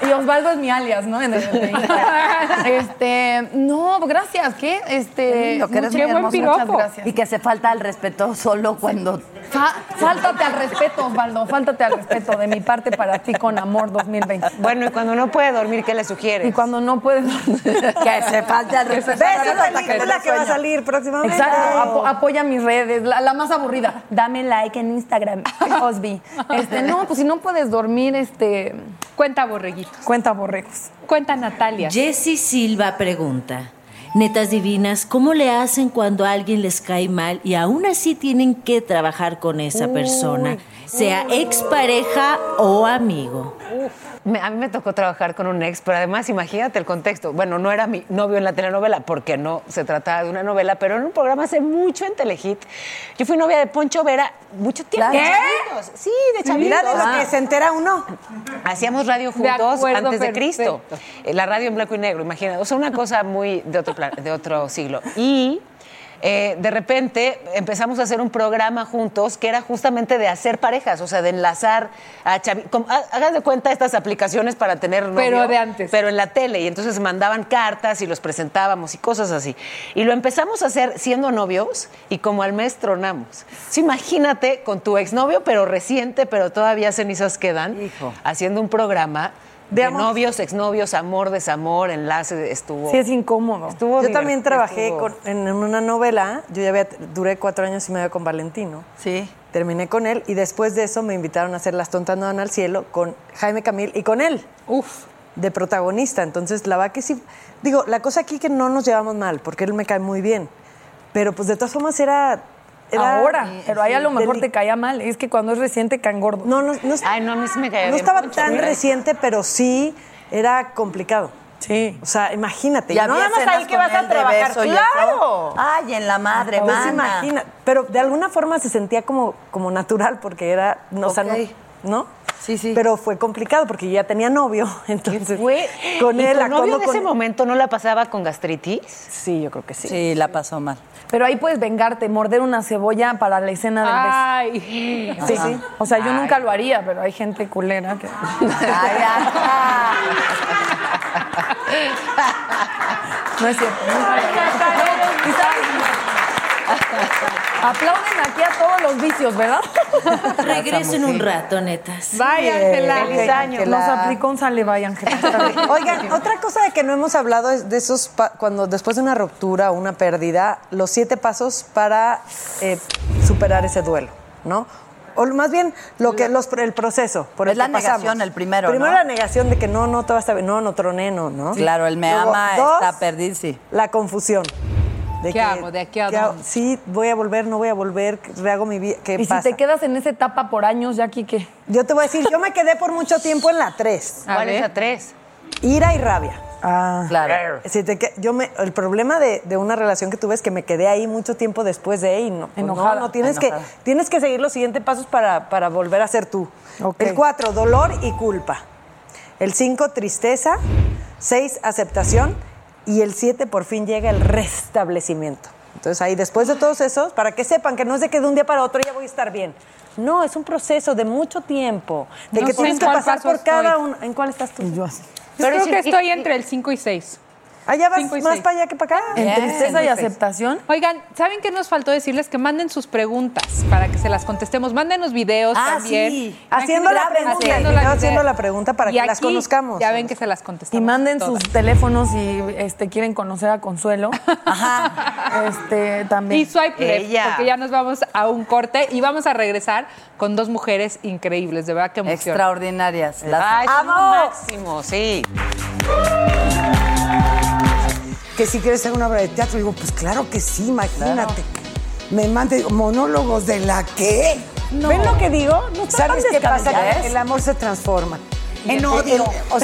S11: Y Osvaldo es mi alias, ¿no? En el- este, no, gracias, ¿qué? Este,
S8: Lo que eres muy
S11: qué buen
S8: hermoso,
S11: piropo.
S8: muchas gracias. Y que se falta al respeto solo cuando
S11: Fa- fáltate al respeto, Osvaldo, fáltate al respeto de mi parte para ti con amor 2020.
S7: Bueno, y cuando no puede dormir, ¿qué le sugieres?
S11: Y cuando no puedes
S8: que se falte al respeto.
S10: Esa es la lista la que va a salir próximamente.
S11: Exacto, apo- apoya mis redes, la, la más aburrida. Dame like en Instagram, Osby. Este, no, pues si no puedes dormir, este,
S9: Cuenta borreguitos.
S11: cuenta borregos.
S9: Cuenta Natalia.
S20: Jessy Silva pregunta. Netas divinas, ¿cómo le hacen cuando a alguien les cae mal y aún así tienen que trabajar con esa persona, sea expareja o amigo?
S7: Me- a mí me tocó trabajar con un ex, pero además imagínate el contexto. Bueno, no era mi novio en la telenovela, porque no se trataba de una novela, pero en un programa hace mucho en Telehit. Yo fui novia de Poncho Vera mucho tiempo.
S10: ¿Qué?
S7: de chavitos. Sí, de chavitos.
S10: Mira de
S8: ah,
S10: lo que se entera uno.
S7: Hacíamos radio
S10: De
S7: juntos
S10: acuerdo,
S7: antes de
S10: perfecto.
S7: Cristo. Eh, La radio en blanco y negro, imagínate. O sea, una cosa muy de otro, plan- de otro siglo. Y eh, de repente empezamos a hacer un programa juntos que era justamente de hacer parejas, o sea, de enlazar a chavi- como- ha- Hagan de cuenta estas aplicaciones para tener novio.
S9: Pero de antes.
S7: Pero en la tele. Y entonces mandaban cartas y los presentábamos y cosas así. Y lo empezamos a hacer siendo novios y como al mes tronamos. Sí, imagínate con tu exnovio, pero reciente, pero todavía cenizas quedan haciendo un programa de, novios, exnovios, amor, desamor, enlace, estuvo.
S10: Sí, es incómodo.
S7: Estuvo
S10: yo también
S7: divertido,
S10: trabajé
S7: estuvo.
S10: con- en una novela. Yo ya había- duré cuatro años y medio con Valentino.
S8: Sí.
S10: Terminé con él y después de eso me invitaron a hacer Las Tontas No Van al Cielo con Jaime Camil y con él. Uf. De protagonista. Entonces, la verdad que sí. Digo, la cosa aquí que no nos llevamos mal, porque él me cae muy bien. Pero pues de todas formas era. era-
S11: Ahora, pero ahí a lo mejor
S10: deli-
S11: te caía mal. Es que cuando es reciente caen gordo.
S10: No, no, no.
S7: Ay, no, a mí sí me caía
S10: No
S7: bien
S10: estaba
S7: mucho,
S10: tan
S7: mira.
S10: reciente, pero sí era complicado.
S11: Sí.
S10: O sea, imagínate.
S8: Y
S10: no
S8: había
S10: nada más
S8: cenas
S10: ahí que
S8: con
S10: vas
S8: él
S10: a
S8: de
S10: trabajar.
S8: beso y eso.
S10: ¡Claro!
S8: Ay, en la madre,
S10: Pues
S8: mana.
S10: imagina. Pero de alguna forma se sentía como, como natural porque era. No, o sea, no-
S8: Ok.
S10: ¿no? Sí, sí. Pero fue complicado porque ya tenía novio. Entonces, con
S7: ¿Y
S10: él,
S7: tu novio
S10: actuando
S7: de
S10: con
S7: ese momento no la pasaba con gastritis? Sí, yo creo que sí.
S8: Sí, la pasó mal.
S11: Pero ahí puedes vengarte, morder una cebolla para la escena del beso.
S9: Ay.
S11: Sí,
S9: Ajá.
S11: sí. O sea, yo
S9: Ay.
S11: nunca lo haría, pero hay gente culera que. No es cierto. nunca lo haría. No, y sabes- Aplauden aquí a todos los vicios, ¿verdad?
S20: Regreso en un rato, netas.
S11: Vaya, Ángela.
S10: Feliz
S11: Ok,
S10: año.
S11: Nos aplicó un sale, vaya, Ángela.
S10: Oigan, otra cosa de que no hemos hablado es de esos pa- cuando después de una ruptura o una pérdida, los siete pasos para eh, superar ese duelo, ¿no? O más bien lo que los, el proceso por el
S8: Es la
S10: que pasamos.
S8: negación, el primero,
S10: Primero
S8: ¿no?
S10: la negación de que no, no, todo está bien, no, no troné, no, ¿no?
S8: Claro, el me
S10: Luego,
S8: ama
S10: dos,
S8: está perdido, sí.
S10: La confusión. De
S11: ¿Qué hago? ¿De aquí a
S10: qué hago?
S11: dónde?
S10: Sí, voy a volver, no voy a volver, rehago mi vida. ¿Qué
S11: Y
S10: pasa?
S11: si te quedas en esa etapa por años, ya, Kike.
S10: Yo te voy a decir, yo me quedé por mucho tiempo en la 3.
S7: A ¿Cuál es ver. la tres?
S10: Ira y rabia. Ah,
S8: Claro.
S10: Si te que- yo me, el problema de, de una relación que tuve es que me quedé ahí mucho tiempo después de ahí. No, pues
S11: Enojada.
S10: no, no, tienes, que,
S11: Enojada.
S10: tienes que seguir los siguientes pasos para, para volver a ser tú. El 4, dolor y culpa. El 5, tristeza. 6, aceptación. Y el 7, por fin llega el restablecimiento. Entonces ahí, después de todos esos, para que sepan que no es de que de un día para otro ya voy a estar bien. No, es un proceso de mucho tiempo, de
S9: No
S10: que
S9: sé
S10: tienes
S9: en
S10: que
S9: cuál
S10: pasar
S9: paso
S10: por cada
S9: estoy.
S10: uno. ¿En cuál estás tú?
S9: Yo creo
S10: si-
S9: que
S10: y-
S9: estoy entre el 5 y 6.
S10: Allá vas
S9: Cinco y
S10: más
S9: seis.
S10: para allá que para acá.
S11: En tristeza y
S9: Cinco y seis.
S11: aceptación.
S9: Oigan, ¿saben qué nos faltó decirles? Que manden sus preguntas para que se las contestemos. Mándenos videos
S10: Ah,
S9: también.
S10: sí. Haciendo la pregunta, el video haciendo la pregunta para que las conozcamos.
S9: Ya ven que se las contestamos.
S11: Y manden
S9: todas.
S11: sus teléfonos si este, quieren conocer a Consuelo. Ajá. Este, también.
S9: Y swipe left,
S11: Ella.
S9: porque ya nos vamos a un corte y vamos a regresar con dos mujeres increíbles, de verdad que emoción.
S8: Extraordinarias. Las
S9: Ay, son lo
S8: amo.
S9: máximo, sí.
S22: que si quieres hacer una obra de teatro. Digo, pues claro que sí, imagínate. Me manda, digo, monólogos de la que.
S10: ¿Ven lo que digo? No está
S22: ¿Sabes
S10: tan
S22: qué pasa?
S10: descabellado,
S22: Que
S10: ¿eh?
S22: el amor se transforma.
S10: En
S22: El-
S10: odio.
S22: el- o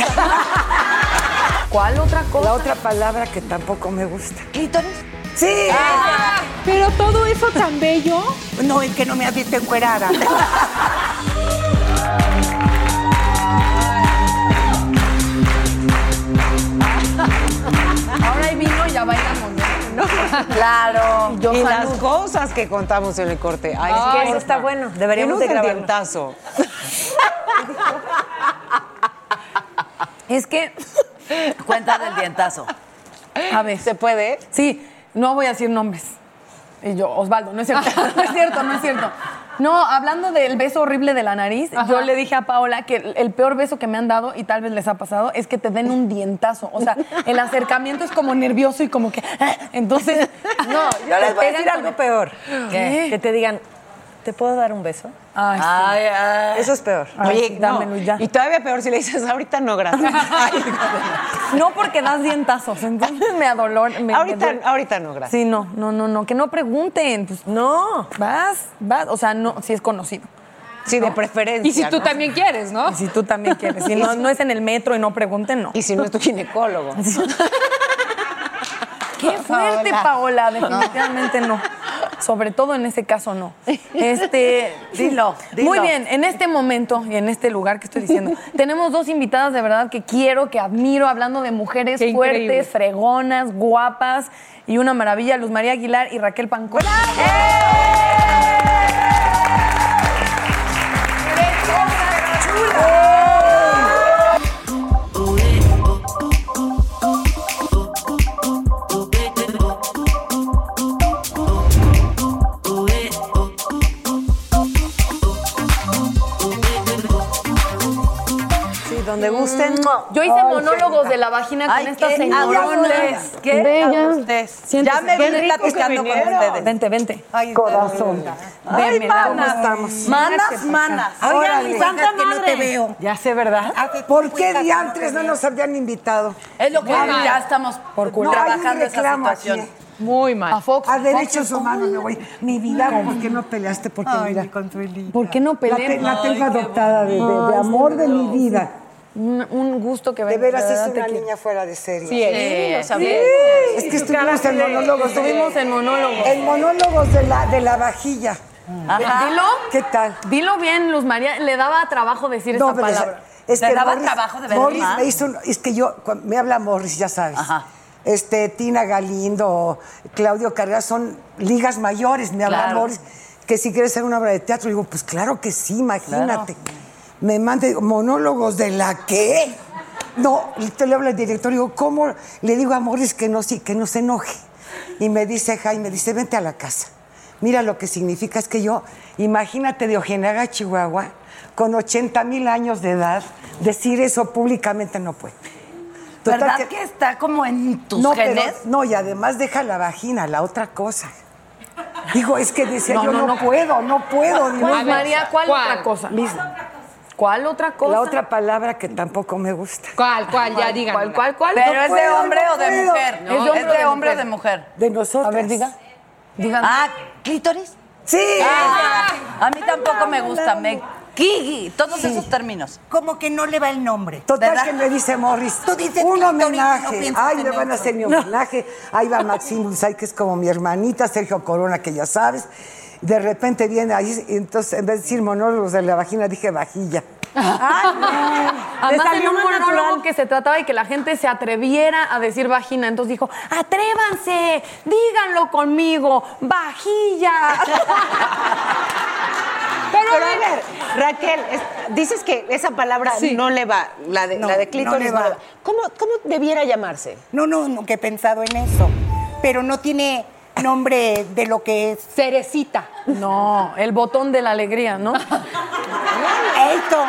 S22: sea,
S10: ¿Cuál otra cosa?
S22: La otra palabra que tampoco me gusta.
S23: ¿Clítoris?
S22: Sí.
S9: Ah.
S23: Pero todo eso tan bello. No, es que no me has visto encuerada.
S11: Ahora hay vino y ya bailamos, ¿no?
S22: Claro.
S11: yo
S18: y
S11: salud.
S18: las cosas que contamos en el corte. Ay,
S10: Ay,
S18: es que
S10: eso está bueno. Deberíamos de
S18: Menudo
S10: grabarlo.
S18: dientazo.
S8: Es que cuenta del dientazo.
S11: A ver. ¿Se
S18: puede?
S11: Sí, no voy a decir nombres. Y yo, Osvaldo, no es cierto, no es cierto, no es cierto. No, hablando del beso horrible de la nariz,
S23: Ajá.
S11: yo le dije a Paola que el- el peor beso que me han dado, y tal vez les ha pasado, es que te den un dientazo. O sea, el acercamiento es como nervioso y como que. "Ah", Entonces, no,
S10: Yo les voy a decir
S11: pegan
S10: algo peor.
S11: ¿Qué?
S10: Que te digan, ¿te puedo dar un beso?
S11: Ay, sí.
S10: Eso es peor.
S18: Oye, no.
S10: dámelo ya.
S18: Y todavía peor si le dices, ahorita no, gracias.
S11: No porque das dientazos, entonces me adolor. me- me
S18: ahorita,
S11: duele.
S18: ahorita no, gracias.
S11: Sí, no, no, no, no, que no pregunten. Pues no, vas, vas, o sea, no, si es conocido.
S18: Sí, de preferencia.
S11: Y si tú
S18: ¿no?
S11: también quieres, ¿no? Y si tú también quieres. Si no, no es en el metro y no pregunten, no.
S18: Y si no es tu ginecólogo.
S11: Qué fuerte, Paola, definitivamente no. Sobre todo en ese caso, no. Este,
S8: Dilo, dilo.
S11: Muy bien, en este momento y en este lugar que estoy diciendo, tenemos dos invitadas de verdad que quiero, que admiro, hablando de mujeres
S23: Qué
S11: fuertes,
S23: increíble.
S11: fregonas, guapas y una maravilla, Luz María Aguilar y Raquel Pancón.
S10: Sí, donde gusten.
S11: Yo hice monólogos de la vagina con
S10: Ay,
S11: estas
S10: qué
S11: señoras.
S10: amorones, qué amores.
S11: Siéntese.
S10: Ya me
S11: Qué
S10: vine
S11: rico
S10: platicando
S11: que
S10: con
S11: vinieron.
S10: ustedes.
S11: Vente, vente.
S10: Ay,
S11: Corazón.
S10: Ay,
S11: Venme, la
S10: manas.
S11: boca.
S10: Estamos. Manas, manas.
S22: Oigan, mi santa
S10: que no te
S22: madre.
S10: veo. Ya sé, ¿verdad?
S22: ¿Por qué diantres no nos habían invitado?
S8: Es lo que
S22: Bueno.
S8: ya estamos
S22: Por culpa.
S8: trabajando
S22: No, hay un
S8: esa
S22: reclamo aquí,
S8: situación.
S22: ¿eh? Ah,
S11: Muy mal. A Fox.
S22: A derechos humanos me voy. Mi vida, ¿por qué no peleaste? Porque mira,
S11: ¿Por qué no
S22: la, te-
S11: peleamos?
S22: la tengo adoptada de, de- de
S11: Ay,
S22: amor de mi
S11: no.
S22: vida.
S11: Un, un gusto que
S22: De
S11: venga.
S22: veras es
S11: verdad, te
S22: una
S11: quiero.
S22: niña fuera de serie.
S11: Sí, Sí, lo sabemos.
S22: Sí, Es
S11: Y
S22: que
S11: su
S22: estuvimos
S11: cara
S22: en
S11: de-
S22: monólogos.
S11: Estuvimos en monólogos.
S22: En monólogos de la, de la vajilla.
S11: Ajá. Dilo.
S22: ¿Qué tal?
S11: Dilo bien, Luz María. Le daba trabajo decir esta
S22: pero
S11: palabra.
S22: pues, es que Morris- Morris
S11: verdad.
S22: me hizo, un- es que yo, cuando me habla Morris, ya sabes. Este, Tina Galindo, Claudio Carreras, son ligas mayores, me habla
S8: Claro.
S22: Morris. Que si quieres hacer una obra de teatro, digo, pues claro que sí, imagínate. Me manda, digo, monólogos de la que. No, y te le habla el director, digo, ¿cómo? Le digo a Morris que no, sí, que no se enoje. Y me dice Jaime, dice, vente a la casa. Mira lo que significa, es que yo, imagínate de Ojenaga, Chihuahua, con 80 mil años de edad, decir eso públicamente no puede. Total
S8: ¿Verdad que... está como en tus
S22: no, pero-
S8: genes?
S22: no, y además deja la vagina, la otra cosa. Digo, es que decía
S11: No,
S22: yo,
S11: no,
S22: no,
S11: no.
S22: puedo, no puedo.
S11: Luz
S22: digo, no.
S11: María, ¿cuál, otra cosa?
S22: Mis-
S11: ¿Cuál otra cosa?
S22: la otra palabra que tampoco me gusta.
S9: ¿Cuál, cuál? Ya digan.
S11: ¿Cuál, cuál, cuál?
S8: ¿Pero
S11: No
S8: es de
S11: puedo,
S8: hombre
S11: no
S8: o de
S11: puedo.
S8: mujer?
S11: ¿Es de hombre,
S8: ¿Es de hombre o
S11: mujer?
S8: de mujer?
S22: De nosotros.
S11: A ver, diga. Digan.
S8: Ah, ¿clítoris?
S22: Sí.
S23: Ah.
S8: a mí tampoco me gusta. Me... Kiki, todos esos términos.
S23: Como que no le va el nombre.
S22: Total
S8: ¿Verdad?
S22: que me dice Morris,
S23: Tú dices
S22: un
S23: que ahorita no
S22: homenaje.
S23: piensas
S22: Ay,
S23: en
S22: le van a hacer mi
S23: eso.
S22: homenaje. Ahí va Maxim Bulsay, que es como mi hermanita, Sergio Corona, que ya sabes. De repente viene ahí, y entonces en vez de decir monólogos de la vagina, dije vajilla.
S11: Además,
S10: salió
S11: en un
S10: más
S11: monólogo
S10: natural.
S11: que se trataba de que la gente se atreviera a decir vagina. Entonces dijo, atrévanse, díganlo conmigo, vajilla.
S18: Pero, a ver, Raquel, es- dices que esa palabra no le va, la de,
S23: No,
S18: la de
S23: no
S18: clítoris
S23: le
S18: no
S23: va.
S18: le va. ¿Cómo, ¿Cómo debiera llamarse?
S23: No, no, nunca he pensado en eso. Pero no tiene nombre de lo que es.
S11: Cerecita. No, el botón de la alegría, ¿no?
S23: Esto.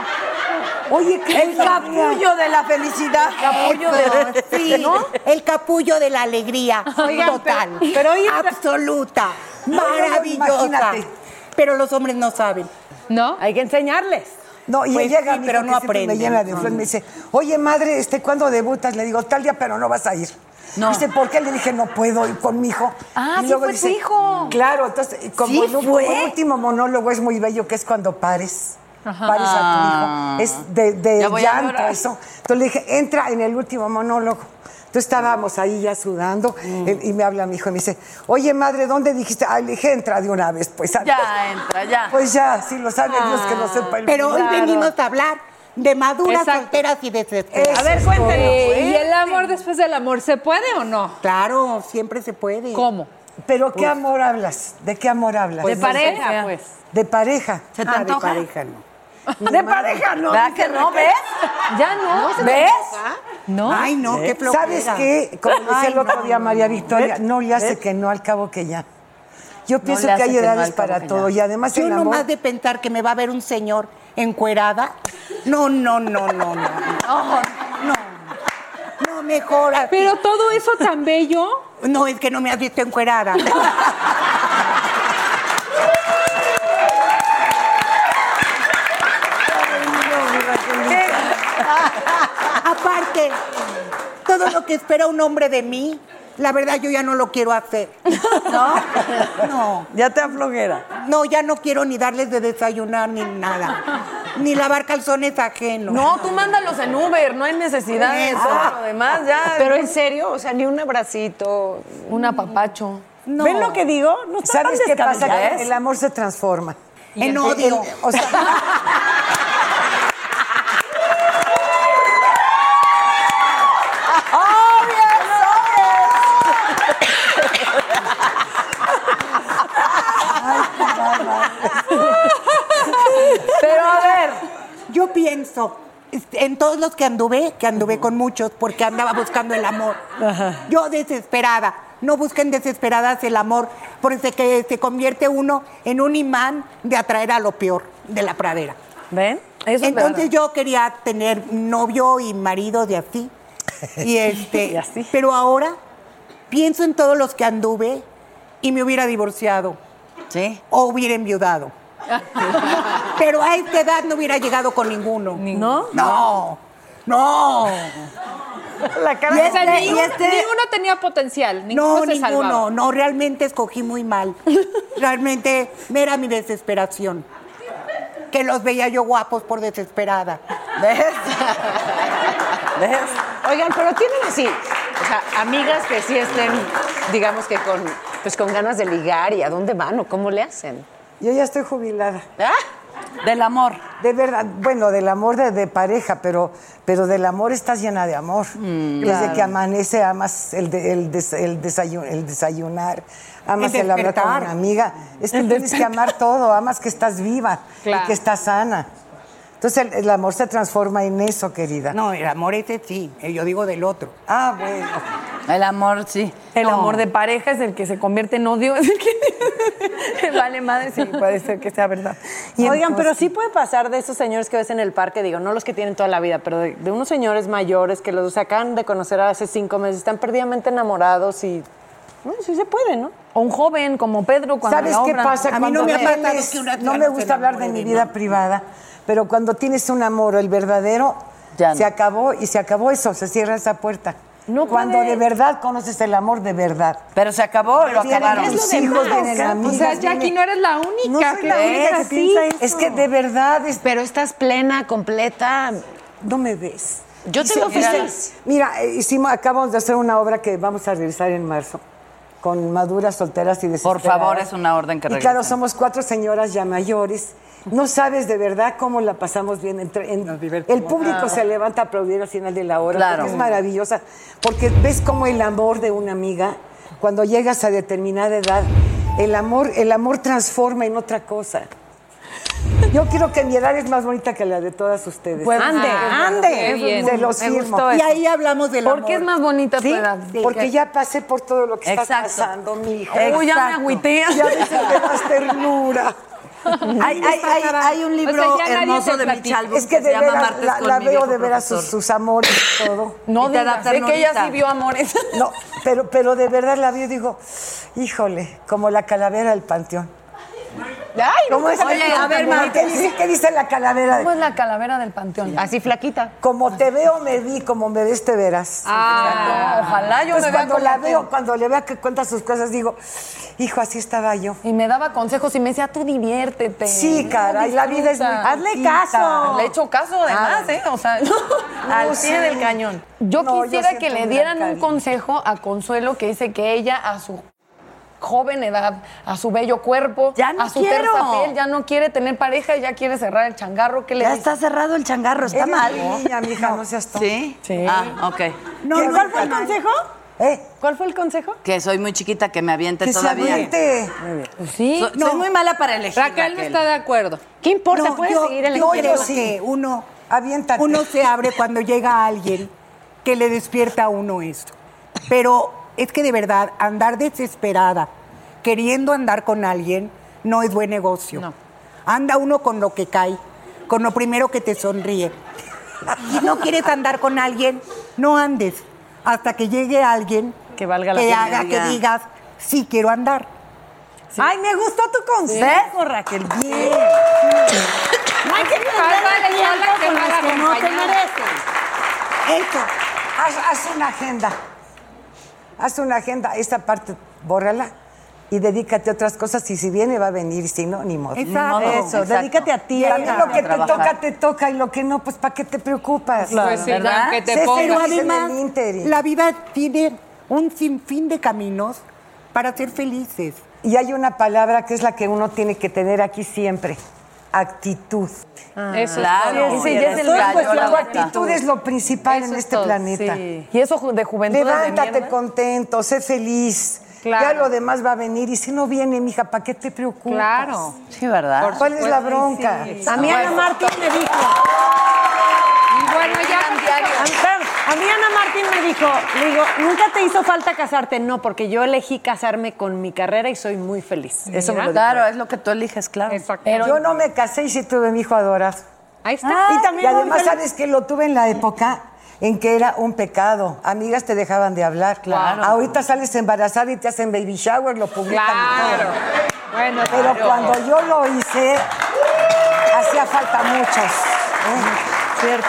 S22: Oye, qué
S23: El capullo
S22: de la felicidad.
S23: capullo de sí, el capullo de la alegría
S11: Oigan,
S23: total,
S11: pero- pero hoy-
S23: absoluta,
S22: No, no, no,
S23: maravillosa.
S22: imagínate.
S23: Pero los hombres no saben.
S11: ¿No?
S23: Hay que enseñarles.
S22: No, y
S23: Pues
S22: llega
S23: sí,
S22: mi
S23: pero
S22: hijo,
S23: no
S22: que siempre me
S23: aprenden.
S22: llena de flores, me dice, oye madre, este, ¿cuándo debutas? Le digo, tal día, pero no vas a ir. No. Dice, ¿por qué le dije no puedo ir con mi hijo?
S11: Ah,
S22: y
S11: sí
S22: luego
S11: fue tu hijo.
S22: Claro, entonces, como
S11: Sí
S22: el u-
S11: fue.
S22: el último monólogo es muy bello, que es cuando pares.
S11: Ajá.
S22: Pares a tu hijo. Es de, de
S11: Ya voy a
S22: llanto,
S11: llorar.
S22: eso. Entonces le dije, entra en el último monólogo. Entonces estábamos ahí ya sudando eh, y me habla mi hijo y me dice, oye madre, ¿dónde dijiste? Ay, le dije, entra de una vez, pues adiós".
S11: Ya entra, ya.
S22: Pues ya, si lo sabe Dios que lo sepa el
S23: Pero hoy
S22: milagro.
S23: venimos a hablar de maduras,
S22: Exacto.
S23: solteras y desesperadas.
S22: A ver, Eso es cuéntenos. todo.
S9: Eh, ¿Y el amor después del amor se puede o no?
S23: Claro, siempre se puede.
S9: ¿Cómo?
S22: ¿Pero qué amor hablas? ¿De qué amor hablas?
S23: Pues De no sé, pareja, sea. pues.
S22: De pareja.
S23: ¿Se te Ah, de antoja? pareja no.
S22: De pareja no.
S11: ¿Verdad
S22: dice
S11: que no?
S22: Rebeca.
S11: ¿Ves? Ya no.
S22: ¿No se te
S11: ¿Ves?
S22: antoja?
S11: No.
S23: Ay, no, qué flojera.
S22: ¿Sabes qué? Como decía
S23: Ay,
S22: el otro
S23: no,
S22: día
S23: no,
S22: María
S23: no.
S22: Victoria,
S23: ¿Ves?
S22: no le hace
S23: ¿Ves?
S22: que no, al cabo que ya. Yo
S23: No
S22: pienso
S23: le
S22: que
S23: hace
S22: hay
S23: que no,
S22: edades
S23: al cabo
S22: para
S23: que
S22: todo
S23: ya.
S22: y además
S23: Yo
S22: el amor...
S23: nomás de pensar que me va a ver un señor encuerada. No, no, no, no, no. No, no. No, mejor. Pero todo eso tan bello. No, es que no me has visto encuerada. Aparte, todo lo que espera un hombre de mí, la verdad yo ya no lo quiero hacer. ¿No? No.
S22: Ya te aflojera.
S23: No, ya no quiero ni darles de desayunar ni nada. Ni lavar calzones ajenos.
S11: No, tú mándalos en Uber, no hay necesidad de eso.
S23: Ah.
S11: Lo demás ya.
S7: Pero en serio, o sea, ni un abracito.
S11: Un apapacho.
S10: ¿Ven lo que digo? No está tan
S22: ¿Sabes qué pasa?
S10: descabellado.
S22: Que el amor se transforma.
S10: En odio.
S22: o sea,
S23: Pero a ver, yo pienso este, en todos los que anduve, que anduve con muchos porque andaba buscando el amor. Yo desesperada. No busquen desesperadas el amor porque que se convierte uno en un imán de atraer a lo peor de la pradera.
S11: ¿Ven? Eso es verdad.
S23: Entonces yo quería tener novio y marido de así. Y este,
S11: Y así.
S23: pero ahora pienso en todos los que anduve y me hubiera divorciado.
S8: Sí.
S23: O hubiera enviudado. pero a esta edad no hubiera llegado con ninguno.
S11: ¿No?
S23: No. No. este, La
S9: O sea, ni, un-
S11: este-
S9: ni uno tenía potencial, ninguno
S23: no,
S9: se
S23: ninguno.
S9: salvaba.
S23: No, realmente escogí muy mal. Realmente era mi desesperación. Que los veía yo guapos por desesperada.
S7: ¿Ves? ¿Ves? Oigan, pero tienen así, o sea, amigas que sí estén, digamos que con, pues con ganas de ligar y a dónde van o cómo le hacen.
S22: yo ya estoy jubilada.
S11: Del amor.
S22: De verdad, bueno, del amor de, de pareja, pero, pero del amor estás llena de amor.
S9: Mm.
S22: Desde
S23: claro.
S22: que amanece amas el, de- el des- el desayun- el desayunar, amas
S23: El
S22: el, hablar con
S23: despertar.
S22: una amiga. Es que
S23: El
S22: tienes que
S23: despertar.
S22: amar todo, amas que estás viva
S23: Claro.
S22: y que estás sana. Entonces el, el amor se transforma en eso, querida.
S23: No, el amor este sí, eh, yo digo del otro.
S22: Ah, bueno.
S8: El amor, sí.
S11: El
S8: No.
S11: amor de pareja es el que se convierte en odio, es el que vale madre, sí, puede ser que sea verdad. Y
S10: Oigan, pero
S11: entonces-
S10: sí puede pasar de esos señores que ves en el parque, digo, no los que tienen toda la vida, pero de, de unos señores mayores que los acaban de conocer hace cinco meses, están perdidamente enamorados y. No, sí se puede, ¿no?
S11: O un joven como Pedro cuando
S22: ¿Sabes
S11: la
S22: qué
S11: obra-
S22: pasa? Cuando tienes- no me gusta hablar de mi vida privada, pero cuando tienes un amor, el verdadero, se acabó y se acabó eso, se cierra esa puerta. cuando
S10: puede-
S22: de verdad conoces el amor de verdad.
S8: Pero se acabó, lo
S22: Vienen
S8: acabaron.
S22: tus hijos, vienen amigas,
S9: O sea, Jackie,
S22: vienen-
S9: no eres la única.
S22: No soy
S9: que
S22: la única
S9: piensa
S22: que
S9: así.
S22: piensa eso. Es que de verdad es-
S7: Pero estás plena, completa.
S22: no me ves.
S7: Yo te
S22: Hice-
S7: veo
S22: hice-
S7: feliz.
S22: Mira, eh, hicimos, acabamos de hacer una obra que vamos a realizar en marzo con maduras solteras y
S8: Por
S22: desesperadas.
S8: favor, es una orden
S22: Y
S8: que regresen.
S22: claro, somos cuatro señoras ya mayores. No sabes de verdad cómo la pasamos bien. entre- en- el público
S8: Claro.
S22: se levanta a aplaudir al final de la hora.
S8: Claro.
S22: porque Es maravillosa. Porque ves cómo el amor de una amiga, cuando llegas a determinada edad, el amor, el amor transforma en otra cosa. Yo quiero que mi edad es más bonita que la de todas ustedes.
S11: Pues, ande, ande. Qué bien.
S22: Se los
S11: Me
S22: firmo.
S11: gustó
S22: Y
S11: eso.
S22: ahí hablamos del
S11: ¿Por
S22: amor.
S11: qué es más bonita tu
S22: ¿Sí?
S11: edad?
S22: Porque ya pasé por todo lo que
S11: Exacto.
S22: estás pasando, mi hijo.
S11: Uy, ya me agüité.
S22: Ya me sale más ternura.
S8: Hay, hay- hay- hay un libro
S11: Pues,
S9: O sea, ya nadie
S8: hermoso
S9: te
S8: de
S9: platica.
S8: Michal
S22: Es que
S8: se
S22: de
S8: llama
S22: veras,
S8: Martes
S22: la,
S8: con
S22: la
S8: mi
S22: veo
S8: viejo
S22: de veras sus,
S8: profesor.
S22: sus amores y todo.
S11: No
S8: Y te da
S11: digas, sé que ella
S8: ternurita.
S11: sí vio amores.
S22: No, pero, pero de verdad la veo y digo, híjole, como la calavera del panteón.
S7: Ay,
S22: ¿Cómo es?
S11: Oye,
S22: la-
S11: a ver, Mar,
S22: ¿qué dice, qué dice la calavera?
S11: ¿Cómo es la calavera del panteón?
S7: Así flaquita.
S22: Como te veo, me vi, como me ves, te verás.
S11: Ah, exacto. Ojalá yo
S22: Entonces,
S11: me vea
S22: cuando la
S11: como tú.
S22: veo, cuando le vea que cuenta sus cosas, digo, hijo, así estaba yo.
S11: Y me daba consejos y me decía, tú diviértete.
S22: Sí,
S11: no,
S22: caray, la vida es muy
S11: disfruta.
S22: cortita.
S11: Le he hecho caso, además, ¿eh? O sea, al pie
S22: sí.
S11: del cañón. Yo
S22: No, yo
S11: quisiera
S22: siento
S11: que
S22: un
S11: le
S22: gran
S11: dieran un
S22: cariño.
S11: consejo a Consuelo que dice que ella a su joven edad, a su bello cuerpo, a su
S8: quiero.
S11: tersa piel, ya no quiere tener pareja, ya quiere cerrar el changarro. ¿Qué le
S8: Ya
S11: dices?
S8: está cerrado el changarro, está
S11: Eres
S8: mal.
S11: muy niña,
S22: mija, no seas tonta.
S8: ¿Sí?
S11: Sí.
S8: Ah, ok.
S10: No,
S22: Qué
S10: ¿Cuál fue el
S22: bárbaro.
S10: consejo? ¿Cuál fue el consejo?
S8: Que soy muy chiquita, que me aviente
S22: Que se
S8: todavía.
S22: aviente.
S11: Pues Sí.
S8: So- Soy muy mala para elegir.
S9: Raquel no está de acuerdo.
S7: ¿Qué importa? Puedes
S23: yo,
S7: seguir el
S23: yo
S22: ejemplo.
S23: creo
S22: Sí.
S23: que uno,
S22: Aviéntate.
S23: uno se abre cuando llega alguien que le despierta a uno esto. Pero es que de verdad, andar desesperada, queriendo andar con alguien, no es buen negocio. Anda uno con lo que cae, con lo primero que te sonríe. Si no quieres andar con alguien, no andes hasta que llegue alguien
S11: Que valga la
S23: que
S11: pena.
S23: haga que digas, sí quiero andar.
S10: Ay, me gustó tu consejo, Raquel. Bien. No hay que perder el tiempo con los que no te merecen.
S22: Esto, haz, haz una agenda. Haz una agenda. Esta parte, bórrala y dedícate a otras cosas. Y si viene, va a venir. Y si no, ni modo.
S10: Exacto.
S8: modo,
S10: Eso,
S8: exacto.
S10: dedícate a ti.
S22: Y a mí
S10: hija.
S22: lo que te
S8: trabajar.
S22: toca, te toca. Y lo que no, pues ¿para qué te preocupas?
S9: Pues sí,
S8: ¿verdad?
S9: que te
S22: César,
S9: pongas.
S23: Pero
S22: Dicen en
S23: además,
S22: el ínterin.
S23: la vida tiene un sinfín de caminos para ser felices.
S22: Y hay una palabra que es la que uno tiene que tener aquí siempre. Actitud.
S9: Eso es
S8: Claro.
S9: todo.
S8: Sí,
S11: ya es el
S22: Entonces,
S11: gallo,
S22: pues,
S11: la
S22: tu
S11: vaca.
S22: actitud es lo principal
S9: Eso
S22: en
S9: es
S22: este
S9: todo,
S22: planeta.
S9: sí.
S11: Y eso ju- de juventud
S22: Levántate contento, sé feliz.
S9: Claro.
S22: Ya lo demás va a venir. Y si no viene, mija, ¿para qué te preocupas?
S9: Claro.
S8: Sí, ¿verdad?
S9: Por
S22: ¿Cuál es la bronca? Ah,
S10: A mí Ana Martín me dijo.
S9: Y bueno, ya.
S10: A mí, espérame, a mí Ana Martín me dijo, le digo, ¿nunca te hizo falta casarte? No, porque yo elegí casarme con mi carrera y soy muy feliz. Eso me lo dijo.
S8: Claro, es lo que tú eliges, claro.
S9: Exacto.
S22: Yo no me casé y sí tuve mi hijo adorado. Ah,
S9: Ahí está.
S10: Ah,
S22: y también además, ¿sabes que Lo tuve en la época en que era un pecado. Amigas te dejaban de hablar. Claro. Ahorita sales embarazada y te hacen baby shower, lo publican. y todo.
S9: Claro.
S10: Ah.
S9: Bueno,
S22: Pero
S9: claro.
S22: cuando yo lo hice, hacía falta muchas. Cierto.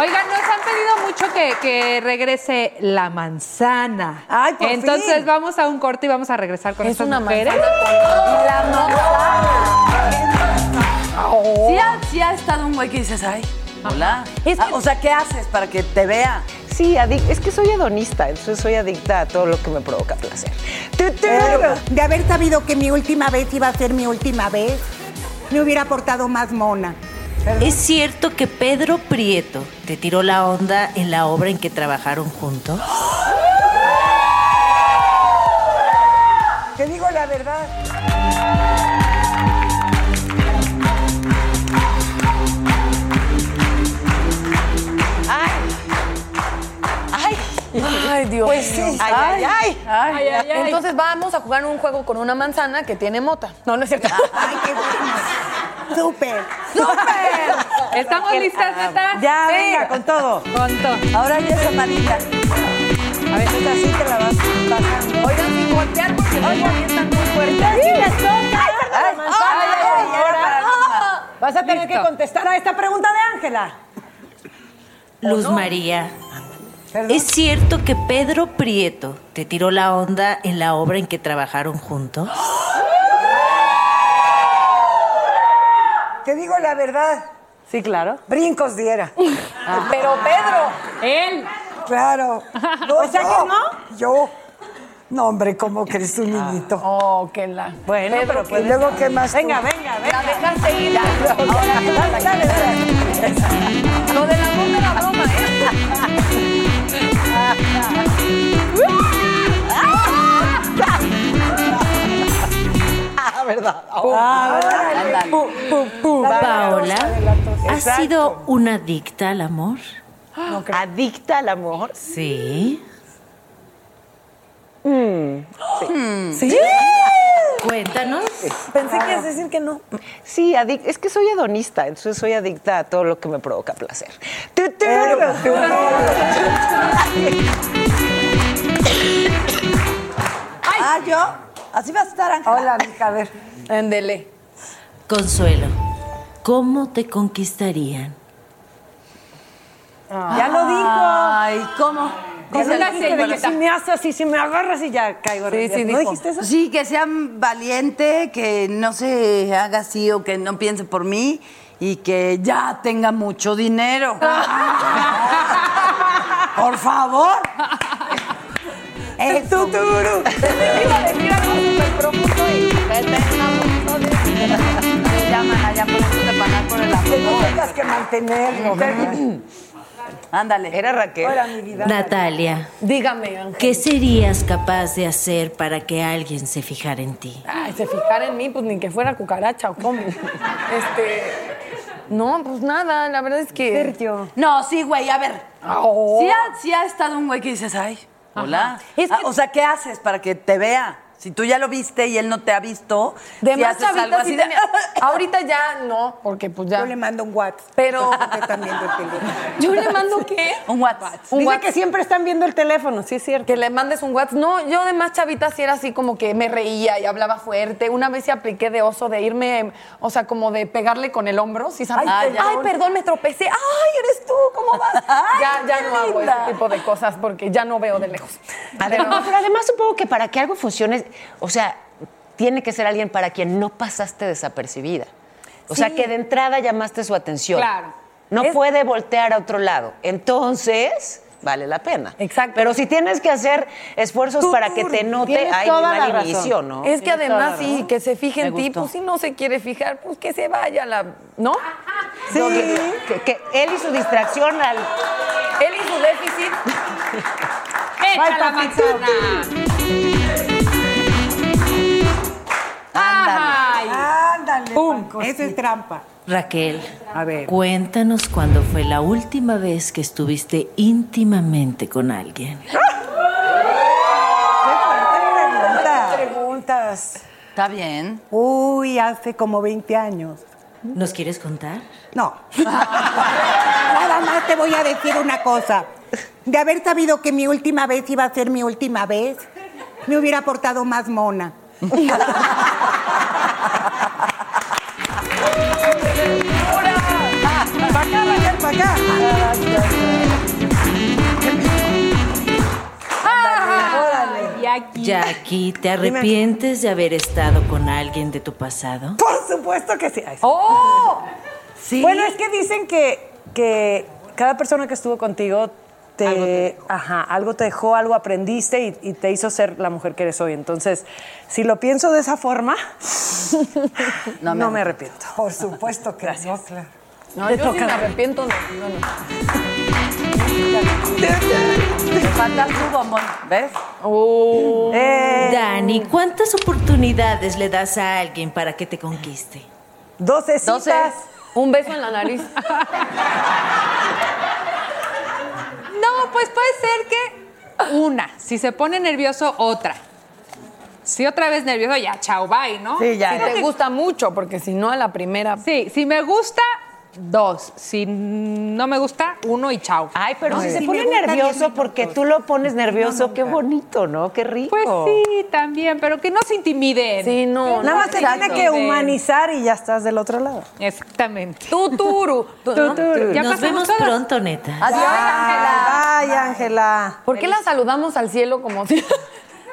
S9: Oigan, nos han pedido mucho que, que regrese la manzana.
S22: Ay, por
S9: Entonces
S22: fin.
S9: vamos a un corte y vamos a regresar con
S11: Es
S9: estas
S11: una
S9: mujeres.
S11: manzana con- Y la
S8: Sí ha, sí ha estado un güey que dices, ay, hola. Ah, o sea, ¿qué haces para que te vea?
S18: Sí, adic- es que soy hedonista, entonces soy adicta a todo lo que me provoca placer. Tu, tu.
S23: De haber sabido que mi última vez iba a ser mi última vez, me hubiera portado más mona.
S20: ¿Es cierto que Pedro Prieto te tiró la onda en la obra en que trabajaron juntos?
S22: Te digo la verdad.
S8: Ay,
S11: Ay, Dios
S22: Pues sí.
S8: ay, ay. ay.
S11: Ay, ay, ay. Entonces vamos a jugar un juego con una manzana que tiene mota. No, no es cierto.
S23: Ay, qué bueno. Súper.
S9: ¡Súper! ¿Estamos listas, neta?
S10: Ya,
S9: Sí.
S10: venga, con todo.
S9: Con todo.
S8: Ahora ya es amarilla.
S10: A ver, esta sí te la vas pasando.
S11: Oigan, sin golpear porque luego avientan muy fuerte.
S10: Ay, ay, ay, ahora. Vas a tener
S9: Listo.
S10: que contestar a esta pregunta de Ángela.
S20: Luz María, ¿es cierto que Pedro Prieto te tiró la onda en la obra en que trabajaron juntos?
S22: Te digo la verdad.
S10: Sí, claro.
S22: Brincos diera.
S10: Ah.
S11: Pero Pedro,
S9: Él.
S22: Claro.
S10: O sea que
S22: no? Yo. No, hombre, ¿cómo crees un niñito?
S11: Oh, qué la.
S10: Bueno,
S11: Pedro,
S10: pero
S22: y
S10: puedes-
S22: luego, ¿qué más? tú?
S10: Venga, venga,
S11: La
S10: venga.
S11: dejaste ir. Lo de la voz de la broma, ¿eh?
S10: Ah,
S22: Órale, pum, pum, pum.
S20: Paola, ¿has sido una adicta al amor?
S18: Adicta al amor.
S20: Sí.
S8: Mm,
S11: Sí.
S20: Cuéntanos.
S10: Pensé que ibas a decir que no.
S18: Sí, adic- es que soy hedonista, entonces soy adicta a todo lo que me provoca placer. Tu, tu.
S8: Ah, yo. Así vas a estar, Ángela.
S22: Hola, mija, a ver.
S11: Endele.
S20: Consuelo, ¿cómo te conquistarían?
S10: Ya lo dijo.
S8: Ay, ¿cómo?
S10: Con
S8: Dice
S10: una
S8: el
S10: serie que
S8: dijiste,
S10: si me haces así, si me agarras y ya caigo.
S8: Sí,
S10: rendida.
S8: sí,
S10: ¿No
S8: dijo.
S10: dijiste eso?
S8: Sí, que sean valiente, que no se haga así o que no piense por mí y que ya tenga mucho dinero. por favor.
S10: Eso.
S8: Me llaman allá por eso de pagar por el amor.
S22: que mantenerlo, ¿verdad?
S8: Ándale. Era Raquel.
S20: Natalia,
S11: Dígame, Ángel.
S20: ¿qué serías capaz de hacer para que alguien se fijara en ti?
S11: Ay, se fijara en mí, pues ni que fuera cucaracha o cómo. Este. No, pues nada, la verdad es que.
S10: Sergio.
S8: No, sí, güey, a ver.
S11: Oh.
S8: Sí ha, sí ha estado un güey que dices, ay, hola. Ah, o sea, ¿qué haces para que te vea? Si tú ya lo viste y él no te ha visto,
S11: De
S8: si
S11: más
S8: haces algo
S11: chavitas
S8: así
S11: sí
S8: de...
S11: tenía- Ahorita ya no, porque pues ya.
S23: Yo le mando un WhatsApp.
S11: Pero.
S23: Porque también te tengo.
S11: ¿Yo le mando qué?
S8: Un WhatsApp.
S11: Un
S10: Dice
S11: WhatsApp.
S10: que siempre están viendo el teléfono, sí es cierto.
S11: Que le mandes un WhatsApp. No, yo de más chavita sí era así como que me reía y hablaba fuerte. Una vez sí apliqué de oso de irme, o sea, como de pegarle con el hombro. ¿sí sabes?
S8: Ah,
S11: Ay,
S8: ya.
S11: ay, perdón, me tropecé. Ay, eres tú, ¿cómo vas? ya ya no hago ese tipo de cosas porque ya no veo de lejos.
S7: Además,
S11: Pero-
S7: pero además supongo que para que algo funcione, o sea, tiene que ser alguien para quien no pasaste desapercibida. O sea,
S11: Sí.
S7: que de entrada llamaste su atención.
S11: Claro.
S7: No
S11: Es-
S7: puede voltear a otro lado. Entonces, vale la pena.
S11: Exacto.
S7: Pero si tienes que hacer esfuerzos para que te note,
S10: tienes
S7: hay
S10: toda la
S7: mal
S10: razón.
S7: inicio, ¿no?
S11: Es que
S10: Tienes toda
S11: además,
S10: la
S11: sí,
S10: razón.
S11: que se fije
S8: Me
S11: en ti,
S8: gustó.
S11: pues si no se quiere fijar, pues que se vaya la. ¿No?
S10: Sí.
S7: No, que, que- que él y su distracción al.
S11: Él y su déficit.
S10: Ay,
S9: ¡Échala,
S10: papito.
S9: manzana! ¡Ay!
S23: Ándale. Paco, Eso es trampa.
S20: Raquel,
S23: A ver.
S20: cuéntanos cuándo fue la última vez que estuviste íntimamente con alguien.
S23: Pregunta.
S22: Preguntas.
S8: Está bien.
S23: Uy, hace como 20 años.
S20: ¿Nos quieres contar?
S23: No. Nada más te voy a decir una cosa. De haber sabido que mi última vez iba a ser mi última vez, me hubiera portado más mona.
S8: Ah.
S20: Jackie, ¿te arrepientes de haber estado con alguien de tu pasado?
S10: Por supuesto que sí. Ay, sí.
S11: ¡Oh!
S8: Sí.
S10: Bueno, es que dicen que, que cada persona que estuvo contigo te,
S8: Algo te
S10: ajá, algo te dejó, algo aprendiste y, y te hizo ser la mujer que eres hoy. Entonces, si lo pienso de esa forma, no
S8: No
S10: me,
S8: me
S10: arrepiento.
S22: Por supuesto que no, claro.
S11: No,
S10: Te
S11: yo sí
S10: toca.
S11: me arrepiento. No, no, no.
S8: Te falta tu bombón, ¿ves?
S10: Eh,
S20: Dani, ¿cuántas oportunidades le das a alguien para que te conquiste?
S10: 12
S8: Doce.
S10: citas.
S11: Un beso en la nariz.
S9: No, pues puede ser que una. Si se pone nervioso, otra. Si otra vez nervioso, ya, chao, bye, ¿no?
S8: Sí, ya.
S11: Si te gusta mucho, porque si no, a la primera.
S9: Sí, si me gusta, dos. Si no me gusta, uno y chao.
S7: Ay, pero si se
S23: si
S7: pone
S23: me gusta diez
S7: nervioso
S23: minutos.
S7: porque tú lo pones nervioso, qué bonito, ¿no? Qué rico.
S9: Pues sí, también, pero que no se intimiden.
S11: Sí, no.
S10: Nada más te
S9: Exacto.
S10: tiene que humanizar y ya estás del otro lado.
S9: Exactamente.
S11: Tuturu. Tu- ¿no?
S9: Ya
S20: Nos
S9: pasamos
S20: vemos
S9: todas.
S20: pronto, neta.
S8: Adiós, Ángela.
S10: Ay, Ángela.
S11: ¿Por qué la saludamos al cielo como si...
S9: Pues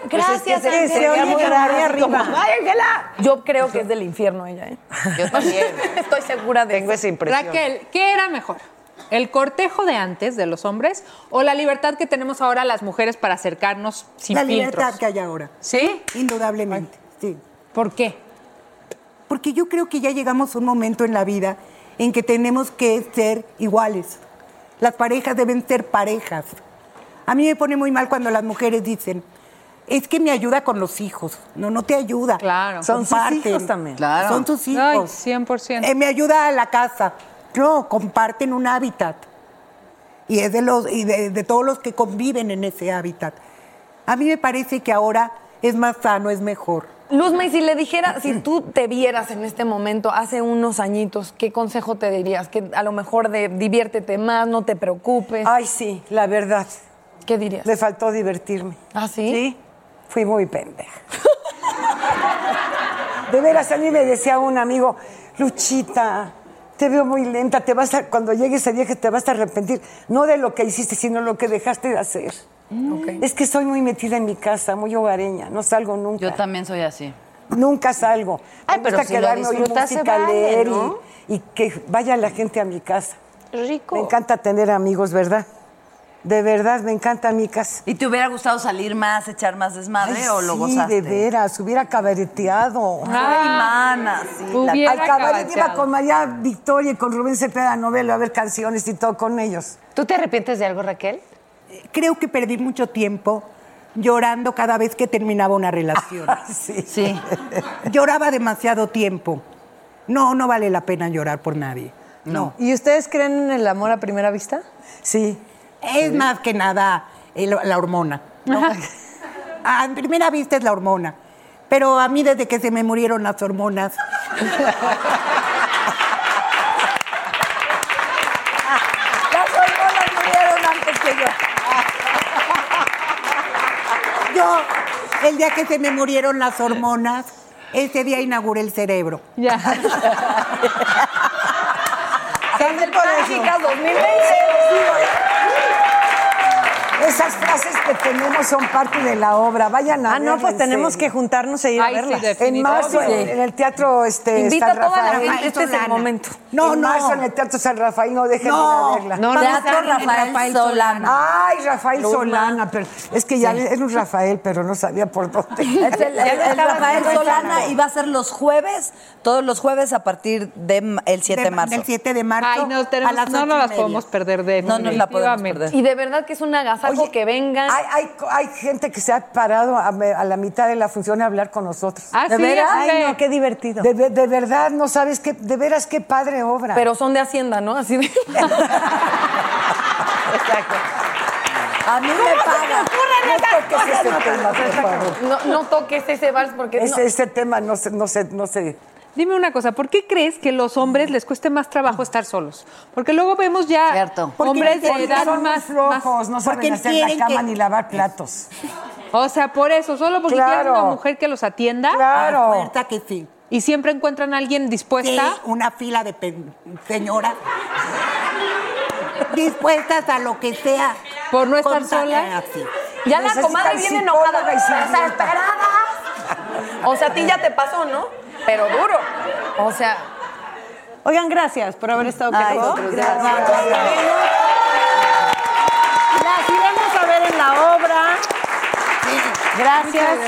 S23: Pues
S11: Gracias,
S10: que se-
S11: Ángel.
S10: se oye
S11: Sería muy
S10: llorar de
S11: raro, así como,
S10: arriba.
S11: "Ay, Ángela". Yo creo que es del infierno ella, ¿eh?
S7: Yo también.
S11: Estoy segura de
S7: Tengo
S11: eso.
S7: esa impresión.
S9: Raquel, ¿qué era mejor? ¿El cortejo de antes de los hombres o la libertad que tenemos ahora las mujeres para acercarnos sin
S23: La
S9: filtros?
S23: libertad que hay ahora,
S9: ¿Sí?
S23: indudablemente. Sí.
S9: ¿Por qué?
S23: Porque yo creo que ya llegamos a un momento en la vida en que tenemos que ser iguales. Las parejas deben ser parejas. A mí me pone muy mal cuando las mujeres dicen, es que me ayuda con los hijos. No, no te ayuda.
S9: Claro.
S10: Son sus
S23: Comparten.
S10: hijos también.
S8: Claro.
S23: Son tus hijos.
S9: Ay, 100%.
S23: Eh, me ayuda a la casa. No, comparten un hábitat. Y es de, los, y de, de todos los que conviven en ese hábitat. A mí me parece que ahora es más sano, es mejor.
S11: Luzma, y si le dijera, si tú te vieras en este momento, hace unos añitos, ¿qué consejo te dirías? Que a lo mejor de diviértete más, no te preocupes.
S22: Ay, sí, la verdad.
S11: ¿Qué dirías?
S22: Me faltó divertirme.
S11: ¿Ah, sí?
S22: Sí, fui muy pendeja. De veras, a mí me decía un amigo, Luchita, te veo muy lenta, te vas a, cuando llegue ese día que te vas a arrepentir, no de lo que hiciste, sino lo que dejaste de hacer.
S8: Mm. Ok.
S22: Es que soy muy metida en mi casa, muy hogareña, no salgo nunca.
S8: Yo también soy así.
S22: Nunca salgo.
S8: Ay,
S22: Me
S8: pero
S22: gusta
S8: si lo
S22: quedarme a oír
S8: disfrutas, se
S22: música,
S8: vale,
S22: leer y-
S8: ¿no?
S22: y, que vaya la gente a mi casa.
S15: Rico.
S22: Me encanta tener amigos, ¿verdad? De verdad, me encanta mi casa.
S8: ¿Y te hubiera gustado salir más, echar más desmadre
S22: Ay,
S8: ¿eh? o lo
S22: sí,
S8: gozaste?
S22: de veras, hubiera cabareteado.
S10: Ah,
S8: Ay, mana, sí. la-
S22: Al cabaret iba con María Victoria y con Rubén Cepeda Novelo a ver canciones y todo con ellos.
S7: ¿Tú te arrepientes de algo, Raquel?
S23: Eh, Creo que perdí mucho tiempo llorando cada vez que terminaba una relación.
S22: sí.
S23: Lloraba demasiado tiempo. No, no vale la pena llorar por nadie. No.
S10: ¿Y ustedes creen en el amor a primera vista?
S22: Sí.
S23: Es más que nada el- la hormona. ¿no? a primera vista es la hormona. Pero a mí desde que se me murieron las hormonas.
S8: Las hormonas murieron antes que yo.
S23: Yo, el día que se me murieron las hormonas, ese día inauguré el cerebro.
S11: Ya.
S22: Salen por eso.
S8: Mágicas 2020.
S22: Esas frases que tenemos son parte de la obra. Vayan a
S10: Ah, no,
S22: verla,
S10: pues
S22: en
S10: tenemos
S22: serio.
S10: que juntarnos e ir a verlas.
S22: en marzo, en, en el Teatro este,
S10: Invita
S22: San
S10: a toda la
S22: Rafael.
S10: gente, este es el Solana. momento.
S22: No,
S10: En
S22: no.
S10: marzo
S22: en el Teatro San Rafael, no dejen
S10: No,
S22: ir a verla.
S10: no, no. Teatro
S22: Vamos a ver
S10: Rafael Solana.
S22: Ay, Rafael
S10: Luma.
S22: Solana. Pero es que ya era un Rafael, pero no sabía por dónde.
S8: Es el, el- el Rafael Solana y va a ser los jueves, todos los jueves a partir del 7 de
S23: De-
S8: marzo.
S23: del 7 de marzo.
S8: Ay, no, tenemos- no nos las podemos
S9: perder de
S8: No nos la podemos perder.
S11: Y de verdad que es un agasajo que vengan.
S22: Hay, hay, hay gente que se ha parado a, me- a la mitad de la función a hablar con nosotros.
S11: Ah,
S22: ¿De
S11: sí,
S22: veras?
S11: ya sé.
S22: Ay, no, qué divertido. De, ve- de verdad, no sabes qué, de veras qué padre obra.
S11: Pero son de Hacienda, ¿no? Así de.
S8: Exacto. A mí me paga.
S22: Ese es el tema, por favor.
S11: No, no toques ese vals porque no-
S22: Ese, ese tema no se, no se, no se.
S9: Dime una cosa, ¿por qué crees que los hombres les cueste más trabajo estar solos? Porque luego vemos ya
S22: Porque
S9: hombres de
S22: porque
S9: edad
S22: son muy
S9: más,
S22: flojos,
S9: más-
S22: no saben hacer la cama ni lavar platos.
S9: O sea, por eso, solo porque
S22: Claro.
S9: quieren una mujer que los
S11: Ah,
S9: atienda.
S22: Claro.
S23: Ahorita que sí.
S9: Y siempre encuentran a alguien
S8: ¿Pues
S9: dispuesta.
S23: Sí, una fila de pe- señoras dispuestas a lo que sea.
S9: Por no estar
S23: Con tal-
S9: sola.
S23: Ah, sí.
S11: Ya la
S22: Necesitan
S11: comadre viene
S22: psicóloga
S11: enojada.
S22: y psiquiatra.
S11: Desesperada. O sea, a ti ya te pasó, ¿no? Pero duro. O sea,
S10: Oigan, gracias por haber estado con
S8: Ay,
S10: nosotros.
S8: gracias.
S10: Las iremos a ver en la obra. Gracias.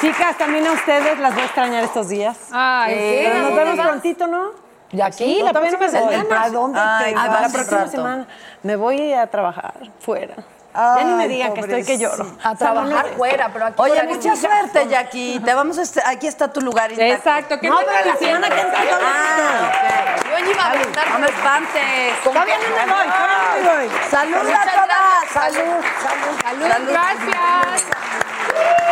S10: Chicas, también a ustedes las voy a extrañar estos días.
S9: Ay, sí.
S10: Pero nos vemos prontito, ¿no?
S11: ya aquí.
S10: No,
S11: la
S10: todavía no me
S11: próxima
S10: voy.
S11: semana.
S10: ¿A dónde
S8: Ay, ah,
S10: te vas?
S8: vas
S10: La
S8: un
S10: próxima
S8: rato.
S10: semana me voy a trabajar fuera. ya ni me
S22: Ay,
S10: digan que estoy que lloro.
S11: A trabajar fuera, pero aquí.
S8: Oye,
S11: todavía
S8: mucha
S11: sí.
S8: suerte, Jackie. Te vamos a este- aquí está tu lugar intacto.
S9: Exacto, que
S8: no,
S9: no
S8: pero
S9: te
S8: la semana que entra
S9: sientas.
S8: todavía no.
S11: Ah, Yo ni iba a aventar.
S8: No me espantes.
S10: Está bien, no me voy, yo no me voy.
S8: Salud a
S11: Muchas
S8: todas.
S11: gracias.
S8: Salud.
S11: Salud,
S8: Salud.
S11: gracias.